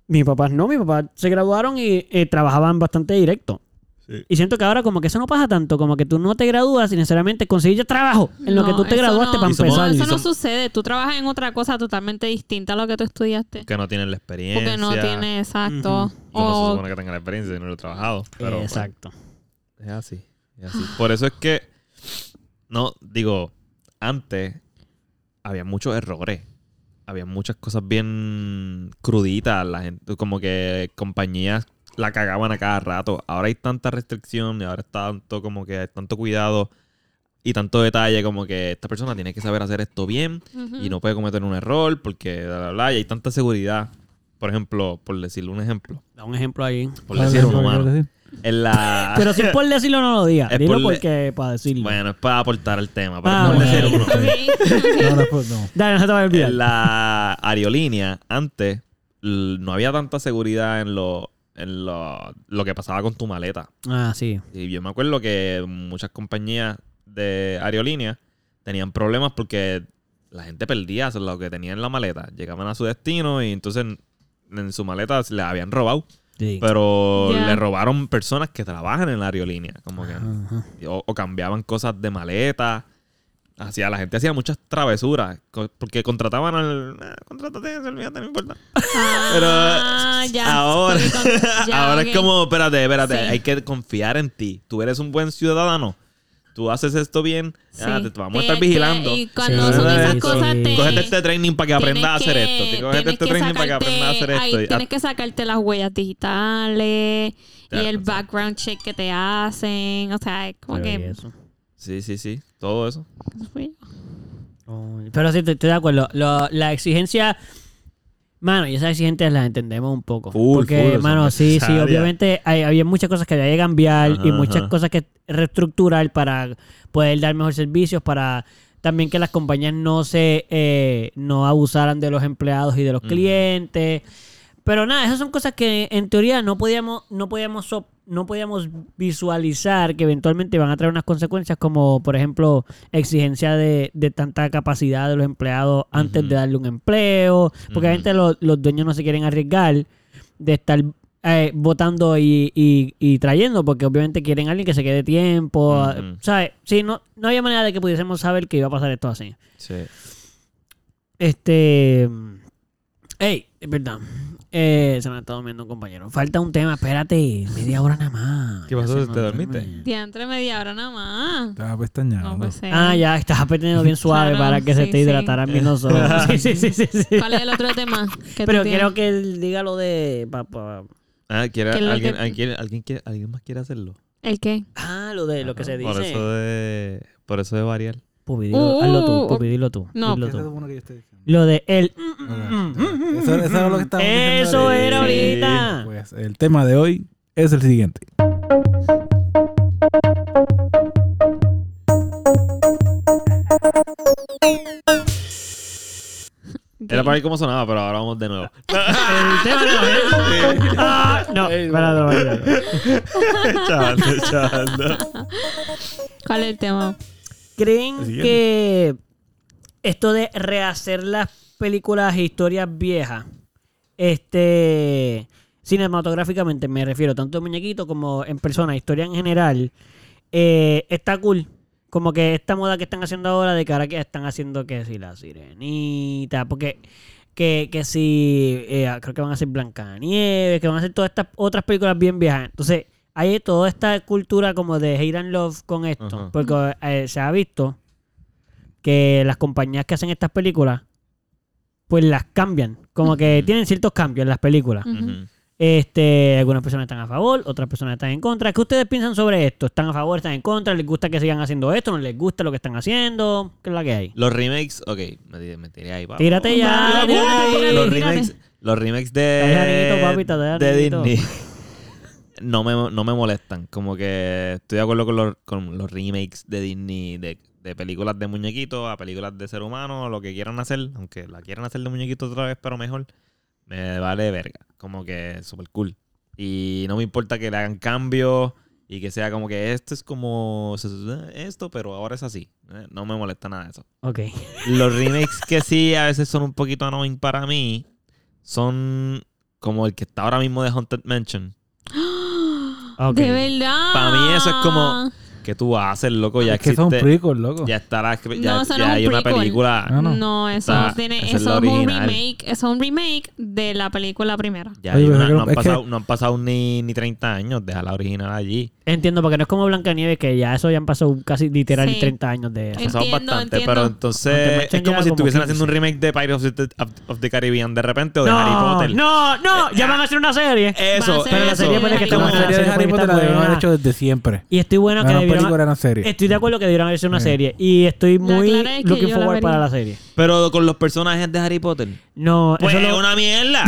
Mis papás no, mis papás se graduaron y eh, trabajaban bastante directo. Sí. Y siento que ahora como que eso no pasa tanto, como que tú no te gradúas y necesariamente consigues ya trabajo en lo No, que tú te eso graduaste no. para Y somos- empezar. No, eso no son- sucede. Tú trabajas en otra cosa totalmente distinta a lo que tú estudiaste. Que no tienen la experiencia. Porque no tienes Yo no exacto. se O supone que tenga la experiencia, yo no lo he trabajado. Pero, Exacto. pues, Es así. es así. Por eso es que, no, digo, antes había muchos errores. Había muchas cosas bien cruditas. La gente, como que compañías la cagaban a cada rato. Ahora hay tanta restricción y ahora está tanto como que hay tanto cuidado y tanto detalle como que esta persona tiene que saber hacer esto bien y no puede cometer un error porque bla, bla, bla. Y hay tanta seguridad. Por ejemplo, por decirle un ejemplo. Da un ejemplo ahí. Por decir un ¿Sabes lo que quiero humano. decir? En la... Pero si es por decirlo, no lo digas. Es Dilo por le- porque para decirlo. Bueno, es para aportar al tema. Ah, Para no bueno. decir uno. Ok. No, no, pues, no. Dale, no se te va a olvidar. En la aerolínea, antes, l- no había tanta seguridad en lo, en lo, lo que pasaba con tu maleta. Ah, sí. Y yo me acuerdo que muchas compañías de aerolíneas tenían problemas porque la gente perdía lo que tenía en la maleta. Llegaban a su destino y entonces en, en su maleta se la habían robado. sí. Pero Ya. le robaron personas que trabajan en la aerolínea. Como que Ajá. o, o cambiaban cosas de maleta. Hacía, la gente hacía muchas travesuras co- porque contrataban al. "Ah, contrátate, olvídate, no importa. Pero Ah, ya. ahora, Porque con- ya, ahora ok. es como, espérate, espérate, Sí. hay que confiar en ti. Tú eres un buen ciudadano. Tú haces esto bien, ah, Sí. te, te vamos a Te- estar te- vigilando. Y cuando Sí, son esas sí, cosas, sí. te. Cógete este training para que tienes aprendas a hacer que- esto. Te Cógete tienes este que training para que sacarte- aprendas a hacer esto. ahí Y- tienes que sacarte las huellas digitales y Ya, el exacto. background check que te hacen. O sea, es como Pero y que. eso. ah, sí, sí, sí. Todo eso. Oh, Pero sí, te- estoy de acuerdo. Lo- la exigencia. Mano, y esas exigencias las entendemos un poco. Full, porque, full, son mano, sí, sí, necesarias. obviamente hay, había muchas cosas que había que cambiar y Ajá, muchas ajá. cosas que reestructurar para poder dar mejores servicios, para también que las compañías no se eh, no abusaran de los empleados y de los clientes. Pero nada, esas son cosas que en teoría no podíamos, no podíamos, so- no podíamos visualizar que eventualmente van a traer unas consecuencias como, por ejemplo, exigencia de, de tanta capacidad de los empleados antes Ujú. de darle un empleo, porque a Ujú. veces los, los dueños no se quieren arriesgar de estar eh, votando y, y- y trayendo, porque obviamente quieren a alguien que se quede tiempo, Ujú. ¿sabes? Sí, no, no había manera de que pudiésemos saber que iba a pasar esto así. Sí. Este. Ey, es verdad. Eh, se me está durmiendo un compañero. Falta un tema, espérate. Media hora nada más. ¿Qué pasó? Ya se ¿Te me va a dormiste? dormir. Diantre media hora nada más. Estaba pestañando. No, pues sí. Ah, ya, estás apretando bien suave Claro, para que se sí, te sí. hidrataran bien los ojos. Sí, sí, sí, sí. sí. ¿Cuál es el otro tema? que tú Pero tienes? creo que él diga lo de. pa- pa- Ah, ¿quiere- ¿Qué es lo que alguien, te- alguien- alguien quiere- ¿Alguien más quiere hacerlo? ¿El qué? Ah, lo de lo que se dice. Por eso de, por eso de variar. Pupi, dilo, hazlo tú, Uh, Pupi, dilo tú. no. dilo Ese es tú. uno que yo estoy diciendo. Lo de mm, él. Ok, Eso, eso era lo que estábamos diciendo mm, Eso ahorita. era Sí, ahorita. Pues el tema de hoy es el siguiente. Era para ver cómo sonaba, pero ahora vamos de nuevo. El tema de hoy. Ah, No, espérate, no, espérate. chaval, chaval. ¿Cuál es el tema? ¿Creen El siguiente. que esto de rehacer las películas e historias viejas, este, cinematográficamente me refiero, tanto en muñequito como en persona, historia en general, eh, está cool? Como que esta moda que están haciendo ahora de cara que están haciendo que si la sirenita, porque que, que si eh, creo que van a hacer Blancanieves, que van a hacer todas estas otras películas bien viejas. Entonces, hay toda esta cultura como de hate and love con esto, Ajá. porque eh, se ha visto que las compañías que hacen estas películas, pues las cambian, como que tienen ciertos cambios en las películas. Ujú. Este, algunas personas están a favor, otras personas están en contra. ¿Qué ustedes piensan sobre esto? ¿Están a favor, están en contra? ¿Les gusta que sigan haciendo esto? ¿No les gusta lo que están haciendo? ¿Qué es la que hay? Los remakes, ok, me, tiré- me tiré ahí, papi. Tírate ya, Dale, tírate tírate, ahí. tírate. Los remakes, los remakes Dale, de, Janito, papi, te dale, de Janito. Disney no me, no me molestan. Como que estoy de acuerdo con los, con los remakes de Disney de, de películas de muñequitos a películas de ser humano, lo que quieran hacer, aunque la quieran hacer de muñequito otra vez, pero mejor, me vale verga. Como que super cool. Y no me importa que le hagan cambios y que sea como que esto es como esto, pero ahora es así. Eh, No me molesta nada de eso. Ok. Los remakes que sí a veces son un poquito annoying para mí son como el que está ahora mismo de Haunted Mansion. Ah, ok. De verdad. Para mí eso es como- ¿Qué tú haces, loco? Ya es que existe. son prequels, loco. ya está la, ya, No, eso no ya es un hay una prequel. película. Ah, no. No, eso Está- no tiene, esa eso es es, la un original. remake, eso es un remake de la película primera. Ya Oye, hay pero una- es que no, han es que- pasado, no han pasado ni, ni 30 años. Deja la original allí. Entiendo, porque no es como Blancanieves, que ya eso ya han pasado casi literal Sí. 30 años de Ha eso. Eh, pasado Entiendo, bastante. entiendo. Pero Aunque entonces Machen es como lleva si como estuviesen haciendo un 15. remake de Pirates of the, of the Caribbean de repente o de Harry No, Potter. Eh, no, no, ya van a hacer una serie. Va Eso, a ser Pero la eso. serie pone que Harry está la Potter. buena. serie de Harry Potter la debieron haber hecho desde siempre. Y estoy bueno No, que era una debieron- película, era una serie. Estoy de acuerdo que debieron haber sido una Sí. serie. Y estoy La muy clara es que looking yo la forward vería. para la serie. Pero con los personajes de Harry Potter. No, Pues eso es lo- una mierda.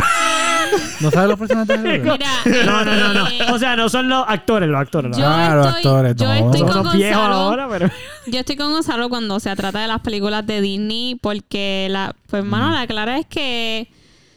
¿No sabes los personajes de Harry Potter? Mira, no, no, no, eh, no. O sea, no son los actores, los actores. los yo Ah, los estoy, actores, yo no. estoy Son con actores. Son viejos Gonzalo. ahora, pero. Yo estoy con Gonzalo cuando se trata de las películas de Disney porque la, pues hermano, la clara es que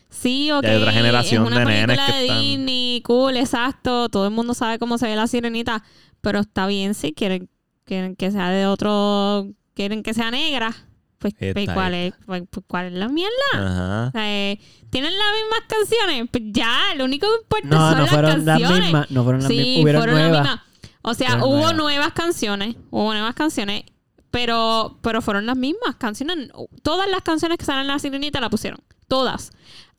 sí, ok, hay otra generación es una de nenes película que de están- Disney, cool, exacto, todo el mundo sabe cómo se ve la sirenita, pero está bien si quieren, quieren que sea de otro, quieren que sea negra, pues, Está pues, cuál es, pues, pues, cuál es la mierda. Ajá. O sea, eh, Tienen las mismas canciones, pues ya, lo único que importa No, son no las fueron las canciones. mismas. No fueron las Sí, mismas. Hubieron fueron las nuevas. mismas. O sea, Fueron hubo nuevas. nuevas. canciones, hubo nuevas canciones, pero, pero fueron las mismas canciones. Todas las canciones que salen en la sirenita la pusieron. Todas.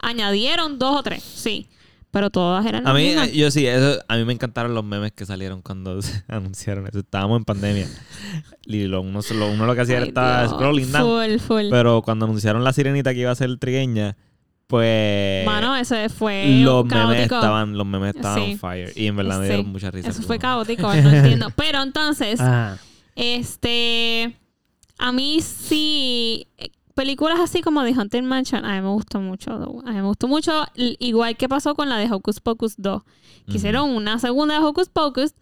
Añadieron dos o tres, sí. Pero todas eran A las mí, eh, mismas. yo sí, eso- a mí me encantaron los memes que salieron cuando se anunciaron eso. Estábamos en pandemia. Y lo, uno, lo, uno lo que hacía era Ay, estaba Dios. scrolling down. Full, full. Pero cuando anunciaron la sirenita que iba a ser trigueña, pues. Mano, ese fue los memes caótico. estaban, los memes estaban Sí. on fire. Y en verdad me Sí. dieron mucha risa. Eso fue caótico, no entiendo. Pero entonces, Ajá. Este. A mí sí. eh, Películas así como The Haunted Mansion, a mí me gustó mucho. though. A mí me gustó mucho. l- Igual que pasó con la de Hocus Pocus 2. Que Ujú. hicieron una segunda de Hocus Pocus,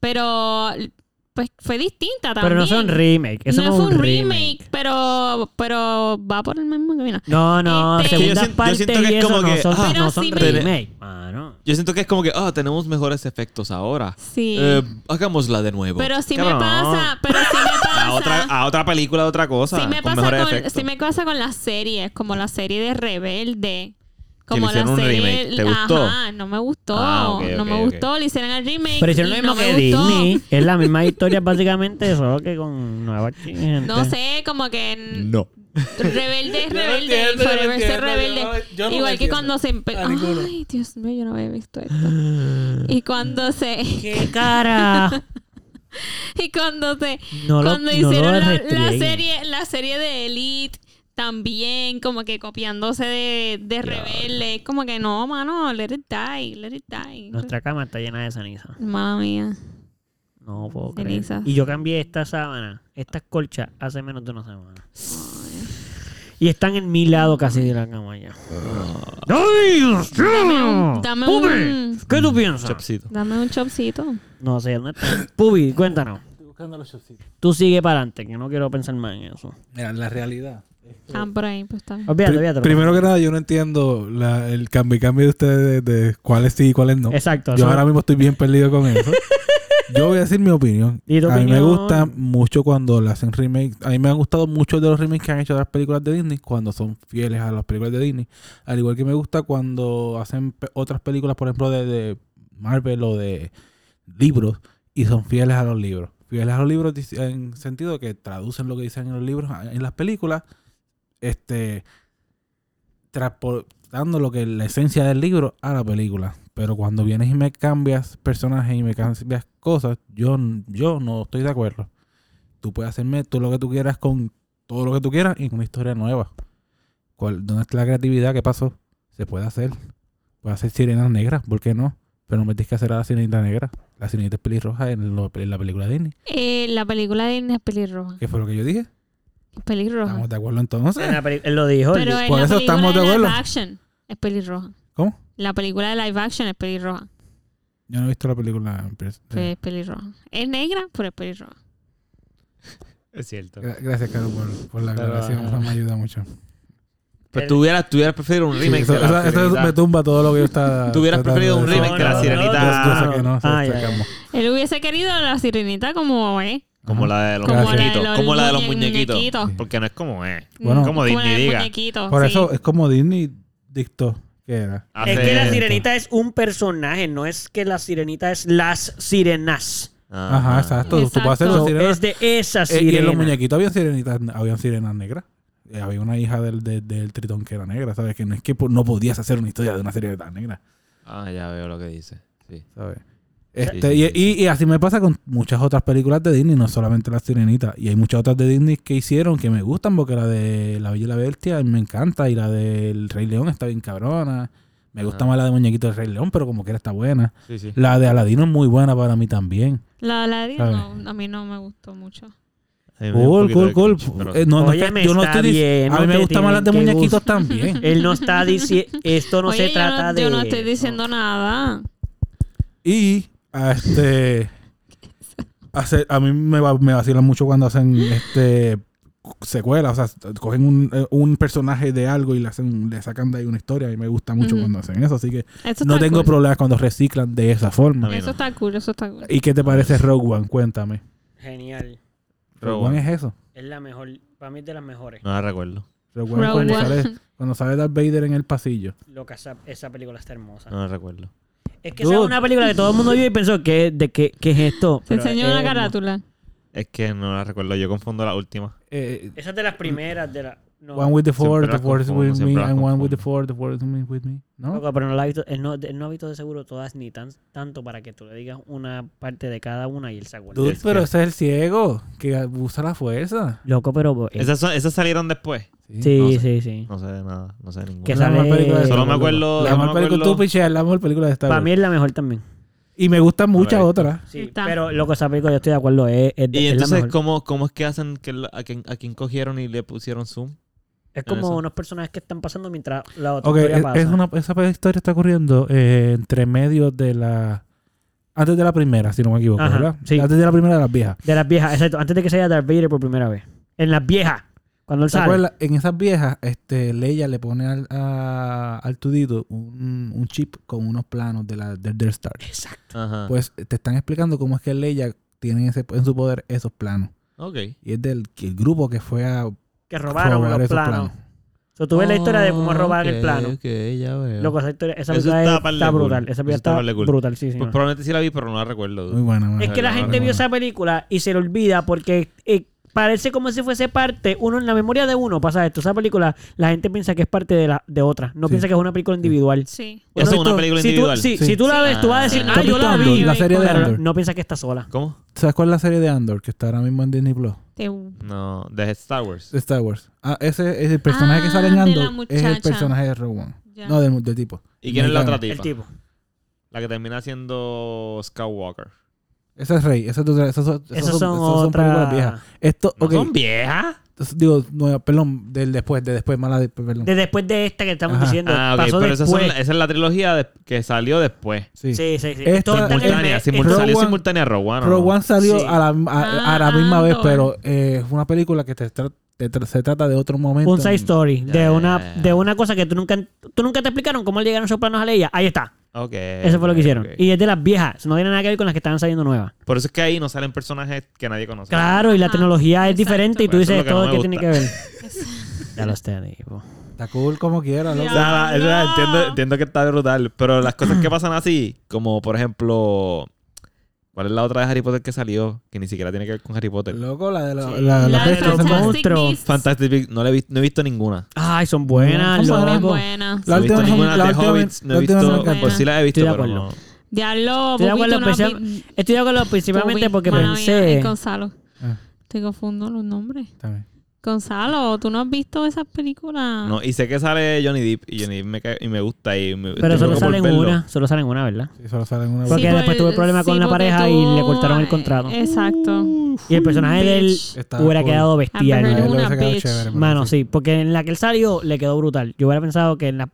pero. l- Pues fue distinta también. Pero no son remake. Eso No no, fue es un remake. pero. Pero va por el mismo camino. No, no, segunda Es Este- que yo sien- yo parte siento que y es eso como no que, son, ah, no Pero son sí me- remake. Ah, no. Yo siento que es como que, ah, tenemos mejores efectos ahora. Sí. Eh, hagámosla de nuevo. pero sí Cabrón, me pasa. Pero sí me pasa. A otra, a otra película, otra cosa. sí me con pasa mejores con, efectos. sí me pasa con las series, como la serie de Rebelde. le Como hicieron la un serie. remake. ¿Te gustó? Ajá, no me gustó. Ah, ok, no ok, me ok. gustó. Le hicieron el remake. Pero hicieron lo y mismo no me que gustó. Disney. Es la misma historia básicamente, solo que con nueva gente. No sé, como que. en- No. Rebelde es Yo no rebelde. entiendo, yo no forever ser entiendo, rebelde. yo no- yo no Igual lo que entiendo. cuando se. empe- Ah, A ninguno. Ay, Dios mío, yo no había visto esto. Y cuando se. ¿Qué cara? Y cuando se. No lo- cuando no lo hicieron la, la restrieguen. serie, la serie de Elite también, como que copiándose de, de rebelde. Es como que no, mano, let it die, let it die. Nuestra cama está llena de ceniza. Mala mía. No puedo creer. Cenizas. Y yo cambié esta sábana, estas colchas, hace menos de una semana. Y están en mi lado casi de la cama ya. ¡Ay, Dios mío! dame Pupi, un- ¿Qué tú piensas? Chopsito. Dame un chopcito. No sé, ¿dónde está? Pubi, cuéntanos. Estoy buscando los showcitos. Tú sigue para adelante, que no quiero pensar más en eso. Mira, la realidad. Ah, por ahí, pues está bien. Olvídate, Pri- olvídate. primero que nada, yo no entiendo la- el cambio y cambio de ustedes de, de cuáles sí y cuáles no. Exacto. Yo eso- ahora mismo estoy bien perdido con eso. Yo voy a decir mi opinión. Di tu a mí me opinión. gusta mucho cuando le hacen remake. A mí me han gustado muchos de los remakes que han hecho de las películas de Disney cuando son fieles a las películas de Disney. Al igual que me gusta cuando hacen pe- otras películas, por ejemplo, de, de Marvel o de libros y son fieles a los libros. Fieles a los libros dic- en sentido que traducen lo que dicen en los libros a- en las películas, este transportando lo que es la esencia del libro a la película. Pero cuando vienes y me cambias personajes y me cambias cosas, yo, n- yo no estoy de acuerdo. Tú puedes hacerme todo lo que tú quieras con todo lo que tú quieras y con una historia nueva. ¿Cuál- ¿Dónde está la creatividad? ¿Qué pasó? Se puede hacer. Puede hacer sirenas negras, ¿por qué no? Pero no me tienes que hacer a la sirenita negra. La sirenita es pelirroja en, lo- en la película Disney. Eh, la película de Disney es pelirroja. ¿Qué fue lo que yo dije? Es pelirroja. ¿Estamos de acuerdo entonces? En la peli- él lo dijo. él Pero dijo. en por la eso película estamos de de live acuerdo. action es pelirroja. ¿Cómo? La película de live action es pelirroja. Yo no he visto la película. pero- Pues es pelirroja. Es negra, pero es pelirroja. Es cierto. Gra- Gracias, Caro, por, por la Pero, aclaración. Eso me ayuda mucho. Pero tú hubieras, tú hubieras preferido un Sí, remake. eso, de la eso- eso sirenita. me tumba todo lo que yo estaba. Tú hubieras tratando preferido de un decir. remake de la No, no, sirenita. Yo, yo sé que no, se- Ah, se ya, ya. acabó. Él hubiese querido a la sirenita como eh, es. Como la de los Como la de muñequitos. los como la de los muñequitos. muñequitos. Porque no es como es. Bueno. como la Disney del diga. Oh, muñequito, Por sí. eso eh, es como Disney dictó que era. Hace- Es que la sirenita es un personaje, no es que la sirenita es las sirenas. Ah, Ajá, exacto. Tú puedes hacer Exacto. una So, sirena. es de esa Eh, y en los sirena. muñequitos habían sirenitas, habían sirenas negras. Eh, había una hija del, del, del tritón que era negra, ¿sabes? Que no es que po- no podías hacer una historia de una sirena negra, Ah, ya veo lo que dice. Sí. ¿sabes? Este, Sí, sí, y, y- y así me pasa con muchas otras películas de Disney, no solamente La Sirenita. Y hay muchas otras de Disney que hicieron que me gustan, porque la de La Bella y la Bestia me encanta, y la del Rey León está bien cabrona. Me gusta Ajá. más la de Muñequito del Rey León, pero como quiera está buena. Sí, sí. La de Aladino es muy buena para mí también. La, la de- A ver. no, a mí no me gustó mucho. A mí me da un Cool, poquito cool, de cool. cringe, pero- Eh, no, no, Óyeme, yo no está estoy dic- bien, A mí no me te gustan más las de tienen que muñequitos gustar. también. Él no está diciendo. Esto no Oye, se yo trata de. Yo no estoy diciendo nada. Y a este hace- a mí me, va- me vacilan mucho cuando hacen este secuelas, o sea, cogen un, eh, un personaje de algo y le hacen le sacan de ahí una historia y me gusta mucho Ujú. cuando hacen eso, así que Eso no está tengo cool. problemas cuando reciclan de esa A forma. mí Eso no. está cool, eso está cool. ¿Y qué te parece Rogue One? Cuéntame. Genial. Pero Rogue One es eso. Es la mejor. Para mí es de las mejores. No la recuerdo. Rogue One es Rogue cuando One. sale cuando sale Darth Vader en el pasillo. Loca, esa, esa película está hermosa. No la recuerdo. Es que esa es Dude. una película que todo el mundo vio y pensó, ¿qué, de qué, qué es esto? Te Pero enseño es una hermosa. carátula. Es que no la recuerdo. Yo confundo la última. Eh, Esa es de las primeras de la. No, One with the Force, Siempre the las Force is confundo, with me, siempre las and one with the confundo. Force, the Force is me- with me. ¿No? Loco, pero no la ha visto, él no, él no ha visto de seguro todas ni tan, tanto para que tú le digas una parte de cada una y él se acuerde. Dude, Es pero que- ese es el ciego que usa la fuerza. Loco, pero. eh, Esas, son- esas salieron después. sí, no sé. sí, sí. No sé de nada. No sé de ninguna. Que Es la mejor sale- película de Solo me Star Wars. acuerdo- La solo mejor me película, acuerdo- tú pichea, la mejor película de Star Para Wars. mí es la mejor también. Y me gustan muchas visto. otras. Sí, Está. pero loco, esa película yo estoy de acuerdo. Es, es de- Y es la entonces, mejor. ¿cómo, ¿cómo es que hacen que la- a, quien, a quien cogieron y le pusieron Zoom? es como eso. unos personajes que están pasando mientras la otra Ok, historia es, pasa. es una, esa historia está ocurriendo eh, entre medio de la... Antes de la primera, si no me equivoco, Ajá, ¿verdad? sí. Antes de la primera de las viejas. De las viejas, exacto. Antes de que se haya Darth Vader por primera vez. En las viejas. Cuando él ¿Se sale. acuerdan? En esas viejas, este, Leia le pone al, a- al Tudito un, un chip con unos planos de la, del Death Star. Ah. Ajá. Pues te están explicando cómo es que Leia tiene ese, en su poder esos planos. ok. Y es del que el grupo que fue a Que robaron robar los esos planos. O sea, tú ves la historia de cómo robar el Ok, plano. ok, ya veo. Loco, esa historia, esa Eso película está es- está, par de cool. brutal. Esa película Eso está está, par de cool. brutal, sí, sí. Pues no. probablemente sí la vi, pero no la recuerdo. Muy buena, buena. Es que la Ajá, gente ajá. vio esa película y se le olvida porque eh, parece como si fuese parte, uno en la memoria de uno pasa esto. Esa película, la gente piensa que es parte de, la, de otra, no Sí. piensa que es una película individual. Sí. Eso es Uno- una película si tú- individual. sí, Sí. si tú la ves, tú vas a decir, Ah. ah, yo la Capitán vi. Andor, la serie de Pero Andor. no piensa que está sola. ¿Cómo? ¿Sabes cuál es la serie de Andor que está ahora mismo en Disney Plus? Te- No, de Star Wars. De Star Wars. Ah, ese es el personaje que Ah, sale en de la Andor. Es el muchacha. personaje de Rogue One. ya. No, del, del tipo. ¿Y quién es la otra Mexicana. tipa? El tipo. La que termina siendo Skywalker. Ese es Rey. Esa es otra- esas son, esas Esas son- son esas son otra- películas viejas. Esto, ¿No ok. son viejas? Entonces, Digo, no, perdón, del después, de después, mala de, perdón. De después de esta que estamos Ajá. diciendo, Ah, ok. pasó Pero esa, después. son- esa es la trilogía de- que salió después. sí. Sí, sí, sí. Esta- Todo está en el- Simultánea. eh, simul- Rogue salió One- simultánea a Rogue One. ¿o Ah, no? Rogue One salió Sí. a, la, a- a la Ah, misma vez, pero Andor. eh, es una película que te tra- te tra- se trata de otro momento. un side story Ya, de ya, una ya, ya. de una cosa que tú nunca tú nunca te explicaron cómo llegaron esos planos a Leia. Ahí está. Ok. Eso fue lo que hicieron. ok. Y es de las viejas, eso no tiene nada que ver con las que estaban saliendo nuevas. Por eso es que ahí no salen personajes que nadie conoce. Claro, y la Ajá, tecnología es Ah, exacto. diferente y tú Pues eso es dices lo que no todo que me tiene gusta. que ver. Es- Ya los te digo. Está cool como quiera. loco. O sea, la- ¡Diablo! la- entiendo, entiendo que está brutal, pero las cosas que pasan así, como por ejemplo, ¿cuál es la otra de Harry Potter que salió? Que ni siquiera tiene que ver con Harry Potter. Loco, la de la, Sí. la, la, La de bestia los son como- Fantastic monstruos. Beasts. Fantastic Beasts, no, la he vis- no he visto ninguna. Ay, son Son buenas, Son loco. buenas. La no he visto última- ninguna la de última- Hobbits, no la he última visto. son buenas. Pues sí la he visto, Estoy de pero acuerdo. no. Ya lo Estoy de acuerdo, especial- Estoy de acuerdo principalmente porque pensé. Gonzalo. Ah. Te confundo los nombres. También. Gonzalo, ¿tú no has visto esas películas? No, y sé que sale Johnny Depp y Johnny Depp me, cae- y me gusta y me, Pero estoy solo loco por salen verlo. una, solo salen una, ¿verdad? Sí, solo sale en una Porque Sí, después por- tuve problemas con sí, una porque pareja y le cortaron el contrato. Exacto. Y el personaje de él Bitch. Está hubiera cool. quedado Ah, bestial. pero- ¿no? una hubiese quedado bitch. chévere, pero Mano, sí, porque en la que él salió le quedó brutal. Yo hubiera pensado que en la.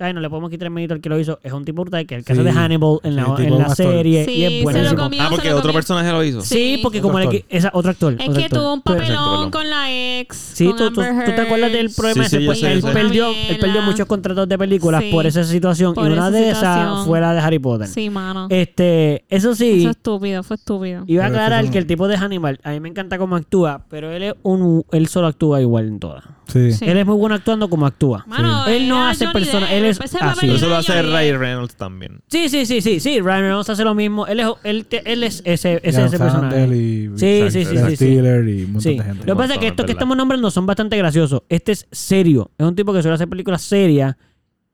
Ay, no le podemos quitar el mérito al que lo hizo. Es un tipo brutal que el caso Sí. de Hannibal en la, Sí, tipo en la un actor. serie. Sí, y es se lo buenísimo. comió. Ah, porque otro personaje lo hizo. Sí, Sí. porque Otro como le actor. qui- esa otro actor. Es otro que actor. tuvo un Pero- Exacto, papelón perdón. con la ex. Sí, con tú, tú- Amber tú te acuerdas del Heard. problema Sí, ese, sí, yo pues, sé, él yo sé. perdió él perdió muchos contratos de películas Sí. por esa situación Por y una esa de esas situación. fue la de Harry Potter. Sí, Eh, mano. Este, eso sí, Eso es estúpido, fue estúpido. iba a Pero es que aclarar son- que el tipo de Hannibal, a mí me encanta cómo actúa, pero él es un él solo actúa igual en todas. Sí. Sí. Él es muy bueno actuando como actúa. Mano, Él no era hace Johnny persona, Depp, él es ese papel así. era Eso lo hace Johnny Ray Depp. Reynolds también. Sí, sí, sí, sí, sí. Ryan Reynolds hace lo mismo. Él es, él, te- él es ese, ese, ese Adam Sandler personaje. Y, Sí, exacto, sí, sí, Zack sí, sí. Steeler y un montón Sí. de gente. Lo que pasa es Montón, que es estos que verdad. estamos nombrando son bastante graciosos. Este es serio. Es un tipo que suele hacer películas serias,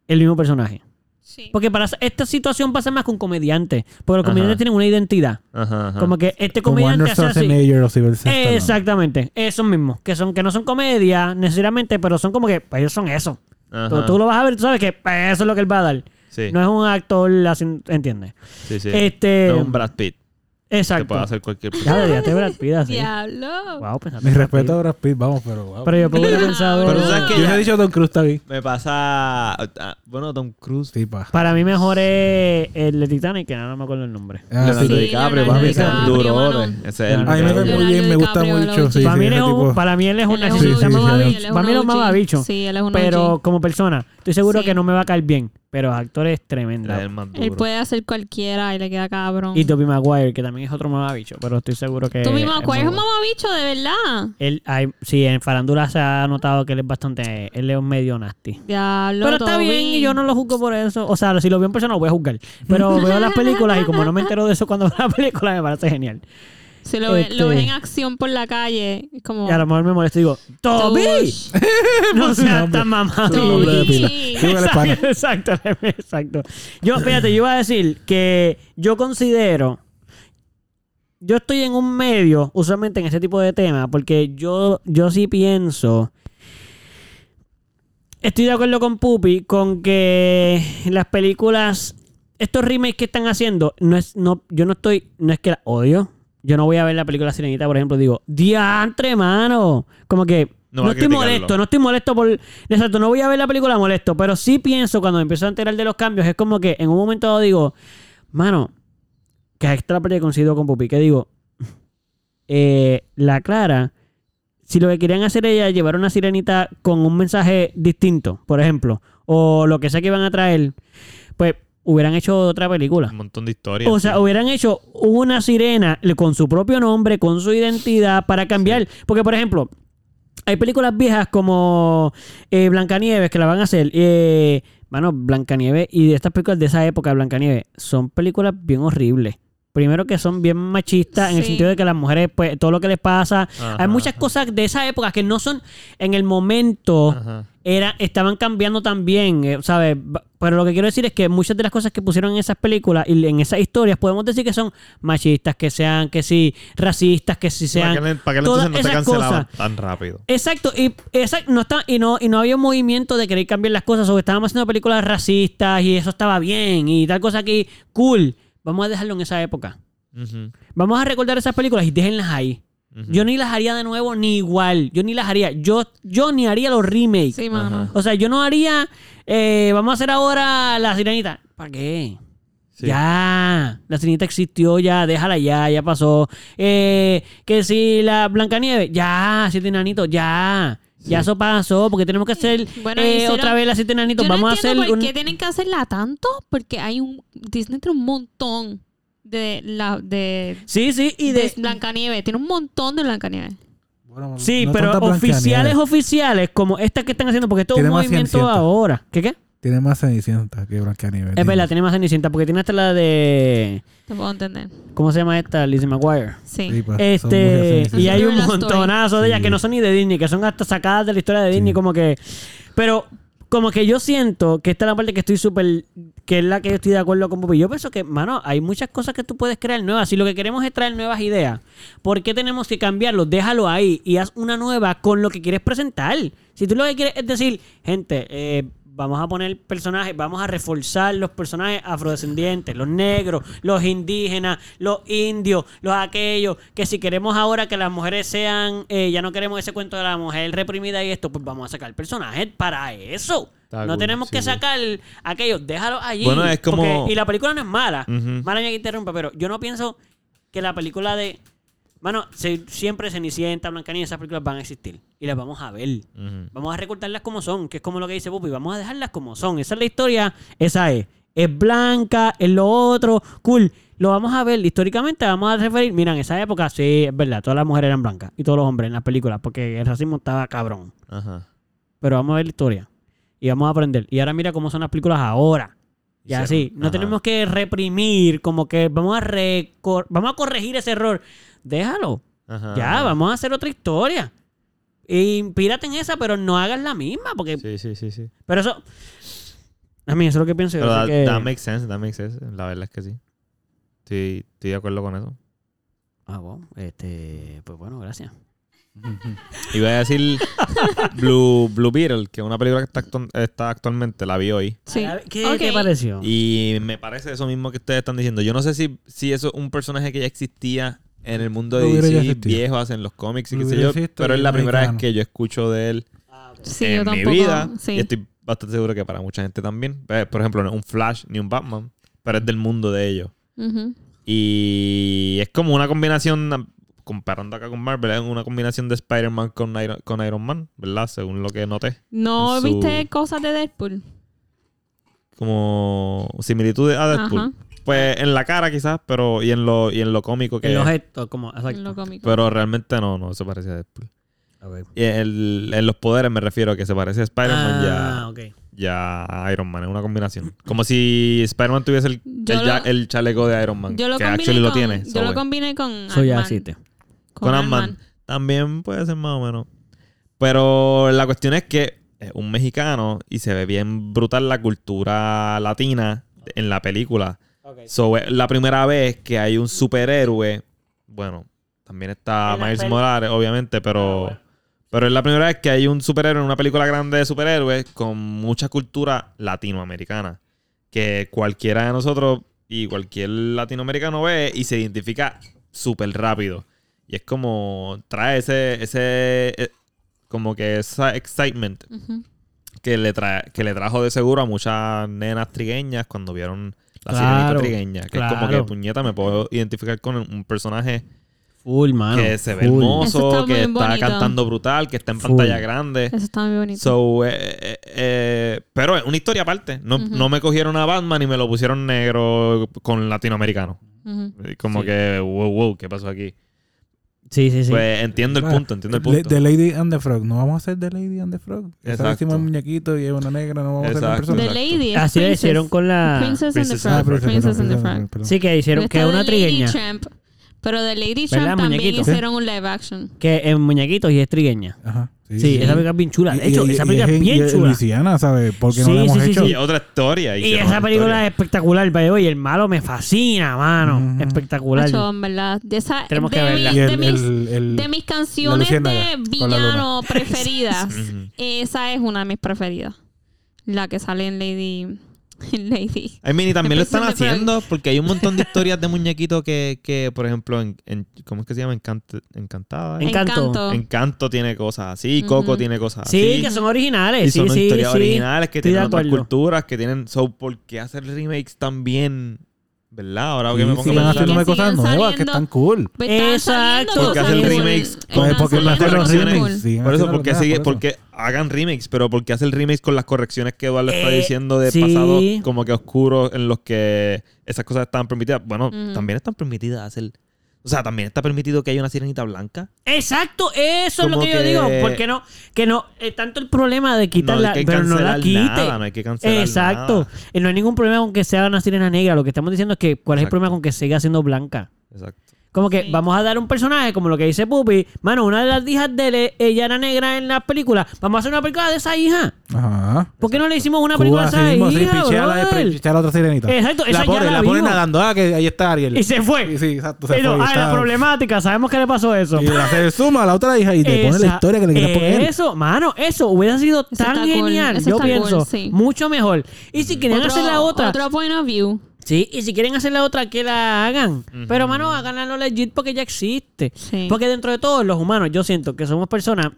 el mismo personaje. Sí. Porque para esta situación pasa más con comediantes. Porque los Ajá. comediantes tienen una identidad. Ajá, ajá. Como que este Como comediante Arnold hace así. Schwarzenegger o Sylvester Stallone. Exactamente, esos mismos, que son que no son comedia necesariamente, pero son como que pues, ellos son eso. Ajá. Tú, tú lo vas a ver, tú sabes que pues, eso es lo que él va a dar. Sí, No es un actor, así, ¿entiendes? sí, sí. Este, No es un Brad Pitt. Que exacto. puede hacer cualquier Ya lo dijiste, Brad Pitt, así. Diablo. Wow, pensaste Mi en Brad respeto a Pitt. Brad Pitt, vamos, pero wow. Pero yo hubiera Pero pensado. tú sabes que yo ya- he dicho Don Cruz está bien. Me pasa. ah, Bueno, Tom Cruise. Sí, pa. Para mí mejor es el de Titanic, que no, no me acuerdo el nombre. Ah, Leonardo sí. Sí, DiCaprio, Leonardo papi, ese es DiCaprio, un duro, mano. orden. Ese es el A mí me cae duro. muy bien, me gusta DiCaprio, mucho. lo Sí, para, sí, mí él ese es un- tipo- para mí él es Él una. es un Sí, sí, OG, sí, él sí. es Para mí un era un OG. mamabicho. Sí, él es un pero OG. como persona, estoy seguro Sí. que no me va a caer bien. Pero actor es tremendo. Ese es el más Él duro. puede hacer cualquiera y le queda cabrón. Y Tobey Maguire, que también es otro mamabicho. Pero estoy seguro que. Tú mismo es acuerdas, es un muy bueno. mamabicho, de verdad. Él, hay- sí, en Farándula se ha notado que él es bastante. Él es un medio nasty. Diablo. Pero está Toby. bien y yo no lo juzgo por eso. O sea, si lo veo en persona, lo voy a juzgar. Pero veo las películas y como no me entero de eso cuando veo las películas, me parece genial. Si lo, ve- Este- lo ves en acción por la calle, es como. Y a lo mejor me molesto y digo, ¡Toby! Tosh, No seas nombre. tan mamado. Su nombre de Toby. pila. Dígale, pana. Exacto, exacto, exacto. Yo, fíjate, yo iba a decir que yo considero. Yo estoy en un medio, usualmente en este tipo de temas, porque yo, yo sí pienso. Estoy de acuerdo con Pupi con que las películas. Estos remakes que están haciendo, no es, no, yo no estoy. No es que la odio. Yo no voy a ver la película Sirenita, por ejemplo, digo, diantre, mano. Como que No no, va a estoy criticarlo. molesto, no estoy molesto por. Exacto, no voy a ver la película molesto, pero sí pienso cuando me empiezo a enterar de los cambios, es como que en un momento dado digo, mano, que esta la parte que coincido con Pupi, que digo, eh, la Clara, si lo que querían hacer ella es llevar una sirenita con un mensaje distinto, por ejemplo, o lo que sea que iban a traer, pues hubieran hecho otra película. Un montón de historias. O sea, hubieran hecho una sirena le- con su propio nombre, con su identidad, para cambiar. Porque, por ejemplo, hay películas viejas como eh, Blancanieves que la van a hacer. Eh, bueno, Blancanieves y de estas películas de esa época, Blancanieves, son películas bien horribles. Primero que son bien machistas en el Sí. sentido de que las mujeres, pues, todo lo que les pasa. Ajá, hay muchas cosas de esa época que no son en el momento Ajá. era, estaban cambiando también, eh, ¿sabes? Ba- Pero lo que quiero decir es que muchas de las cosas que pusieron en esas películas y en esas historias podemos decir que son machistas, que sean, que sí, racistas, que sí ¿Para sean. que, para que todas entonces no te esas cancelaban cosas. tan rápido? Exacto, y, esa- no está, y, no, y no había un movimiento de querer cambiar las cosas, o que estábamos haciendo películas racistas y eso estaba bien y tal cosa que, cool, vamos a dejarlo en esa época. Ujú, Vamos a recordar esas películas y déjenlas ahí. ujú. Yo ni las haría de nuevo ni igual, yo ni las haría, yo, yo ni haría los remakes. Sí, mano. O sea, yo no haría. eh, vamos a hacer ahora la sirenita. ¿Para qué? Sí. Ya. La sirenita existió ya. Déjala ya. Ya pasó. Eh, que si la Blancanieve. Ya. Siete nanitos. Ya. Ya eso pasó. Porque tenemos que hacer Bueno, eh, hicieron- otra vez las siete Yo nanitos. no vamos a hacer. entiendo por un- qué tienen que hacerla tanto, porque hay un Disney tiene un montón de la de, Sí, sí. Y de de. Blancanieves, tiene un montón de Blancanieves. Bueno, Sí, no pero tanta Blancanieves. oficiales, oficiales, como estas que están haciendo, porque esto es un Tiene más movimiento Cenicienta. ahora. ¿Qué qué? Tiene más Cenicienta que Blancanieves. Es verdad, dime. tiene más Cenicienta, porque tiene hasta la de. Te puedo entender. ¿Cómo se llama esta? Lizzie McGuire. Sí. Sí, pues. pa, son mujeres Este, Cenicienta. y hay un Cinderella Story. montonazo de ellas Sí. que no son ni de Disney, que son hasta sacadas de la historia de Disney, Sí. como que. Pero, como que yo siento que esta es la parte que estoy súper. que es la que yo estoy de acuerdo con Pupi. Yo pienso que, mano, hay muchas cosas que tú puedes crear nuevas. Si lo que queremos es traer nuevas ideas, ¿por qué tenemos que cambiarlo? Déjalo ahí y haz una nueva con lo que quieres presentar. Si tú lo que quieres es decir, gente, eh, Vamos a poner personajes, vamos a reforzar los personajes afrodescendientes, los negros, los indígenas, los indios, los aquellos, que si queremos ahora que las mujeres sean, eh, ya no queremos ese cuento de la mujer reprimida y esto, pues vamos a sacar personajes para eso. Está no cool, tenemos sí, que sí. sacar aquellos, déjalos allí. Bueno, es como- porque- y la película no es mala. Ujú. Mala ya que interrumpa, pero yo no pienso que la película de... Mano, se- siempre Cenicienta, Blancanieves, esas películas van a existir y las vamos a ver. Ujú. Vamos a recortarlas como son, que es como lo que dice Pupi. Vamos a dejarlas como son. Esa es la historia. Esa es. Es blanca, es lo otro. Cool. Lo vamos a ver históricamente. Vamos a referir. Mira, en esa época sí, es verdad. Todas las mujeres eran blancas y todos los hombres en las películas porque el racismo estaba cabrón. Ajá. pero vamos a ver la historia y vamos a aprender. Y ahora mira cómo son las películas ahora. Y Hicieron. así, no Ajá. tenemos que reprimir, como que vamos a recor- vamos a corregir ese error. Déjalo. Ajá. Ya, vamos a hacer otra historia. Inspírate en esa, pero no hagas la misma, porque Sí, sí, sí, sí. pero eso a mí eso es lo que pienso yo, Pero así da, que- da make sense, da make sense. La verdad es que sí. Estoy, estoy de acuerdo con eso. Ah, bueno, este, pues bueno, gracias. Iba a decir Blue, Blue Beetle, que es una película que está, actu- está actualmente, la vi hoy. Sí. Ah, ¿Qué Ok. te pareció? Y me parece eso mismo que ustedes están diciendo. Yo no sé si, si eso es un personaje que ya existía en el mundo de Lo hubiera ya DC, existido. viejos, en los cómics y Lo qué sé hubiera yo, existido pero es y la es primera vez americano. que yo escucho de él Sí, yo en mi tampoco. vida. sí. Y estoy bastante seguro que para mucha gente también. Eh, Por ejemplo, no es un Flash ni un Batman, pero es del mundo de ellos. Ujú. Y es como una combinación, comparando acá con Marvel, es una combinación de Spider-Man con Iron, con Iron Man, ¿verdad? Según lo que noté. ¿No Su- viste cosas de Deadpool? Como similitudes a Deadpool. Ajá. Pues en la cara quizás, pero y en lo, y en lo cómico que En los es. gestos, como En lo exacto. cómico. Pero realmente no, no se parece a Deadpool. Ok. Y el- en los poderes me refiero a que se parece a Spider-Man Ah, ok. ya, ya a Iron Man. Es una combinación. Como si Spider-Man tuviese el, Yo el lo- ja- el chaleco de Iron Man. yo lo que combiné actually con, lo tiene. Yo so, lo eh. combiné con Eso ya Ant-Man. existe. con Ant-Man. Ant-Man. También puede ser más o menos. Pero la cuestión es que es un mexicano y se ve bien brutal la cultura latina en la película. So, es la primera vez que hay un superhéroe. Bueno, también está En la Miles peli- Ah, Morales, obviamente, pero. Pero es la primera vez que hay un superhéroe en una película grande de superhéroes con mucha cultura latinoamericana. Que cualquiera de nosotros y cualquier latinoamericano ve y se identifica súper rápido. Y es como trae ese, ese, eh, como que esa excitement Ujú. que le, tra- que le trajo de seguro a muchas nenas trigueñas cuando vieron la sirenita Claro, trigueña. Que es como claro. que puñeta, me puedo identificar con un personaje Full, mano. que se ve full. Eso hermoso, está que muy está bonito. cantando brutal, que está en Full. pantalla grande. Eso está muy bonito. Eh, So, eh, eh, eh, pero es una historia aparte. No, Ujú. no me cogieron a Batman y me lo pusieron negro con latinoamericano. Ujú. Eh, Como Sí. que, wow, wow, ¿qué pasó aquí? Sí, sí, Ah, sí. Pues entiendo el Claro. punto, entiendo el Le- punto. The Lady and the Frog. No vamos a hacer The Lady and the Frog. Esa Exacto. última muñequito y es una negra. No vamos a hacer Exacto. una The persona. Ah, Lady. es Así le Princess. Ah, hicieron con la Princess, Princess and the Frog. and the Frog. Princess and the perdón, Frog. perdón. Sí, que hicieron que Está una The Lady trigueña. Tramp, pero de Lady ¿Verdad, Tramp también muñequito? hicieron un live action. Que en muñequitos y es trigueña. Ajá. Sí, esa película es bien chula. De hecho, Y- y- esa película y es bien y chula. Luisiana, ¿sabes? Porque Sí, no la hemos sí, sí, hecho. sí. Y otra historia. Y hicieron esa otra película historia. es espectacular, by the way. El malo me fascina, mano. Ujú. Espectacular. Macho, en verdad. De esa, Tenemos de que verla. mi- Y de el, mis, el, el- de mis canciones luciérnaga de con la luna. villano preferidas, Ujú. esa es una de mis preferidas. La que sale en Lady. en Lady. I mean, y también lo están Empezando por ahí. haciendo porque hay un montón de historias de muñequitos que, que por ejemplo, en, en- ¿cómo es que se llama? Encant- Encantada. ¿eh? Encanto. Encanto tiene cosas así, Coco Ujú. tiene cosas así. Sí, que son originales. Y son sí, sí, historias sí. originales que Estoy de tienen otras acuerdo. culturas, que tienen... So, ¿por qué hacer remakes también? ¿Verdad? Ahora que Sí, me pongo sí, a van pensar. haciendo Que cosas sigan nuevas que saliendo. están cool. Pues están Exacto. saliendo Porque cosas hacen cool. remakes Están con- Pues porque saliendo las hacen cosas remakes. cool. correcciones. siguen Por eso, haciendo porque, las sigue- cosas, por eso. porque hagan remakes, pero porque hacer remakes con las correcciones que Eduardo está Eh, diciendo de sí. pasados como que oscuros en los que esas cosas estaban permitidas. Bueno, Ujú. también están permitidas hacer. O sea, también está permitido que haya una sirenita blanca. Exacto, eso es lo Como que, yo que- digo. Porque no, que no, eh, tanto el problema de no quitarla, hay que pero no la cancelar quite. nada, no hay que cancelar Exacto. nada. Y no hay ningún problema con que sea una sirena negra. Lo que estamos diciendo es que cuál es el Exacto. problema con que siga siendo blanca. Exacto. Como que Sí. vamos a dar un personaje, como lo que dice Pupi. Mano, una de las hijas de él, ella era negra en las películas. Vamos a hacer una película de esa hija. Ajá. ¿Por qué no le hicimos una película Cuba, así de esa mismo, así, hija? pichea la de brother? pre- pichea la otra sirenita. Exacto, esa la ya ponen, la la, ponen vimos. nadando. Ah, que ahí está Ariel. y se fue. Sí, sí, exacto. Se Y no, fue, y ah, la está- problemática, sabemos que le pasó eso. Y la se suma a la otra hija y te pone la Esa- historia que le quieres poner. Eso, mano, eso hubiera sido Eso tan está cool, genial. eso Yo está pienso, cool, sí. mucho mejor. Y si quieren hacer la otra, Otro point of view. sí, y si quieren hacer la otra, que la hagan. Pero, mano, hagan lo legit porque ya existe. Sí. Porque dentro de todos los humanos, yo siento que somos personas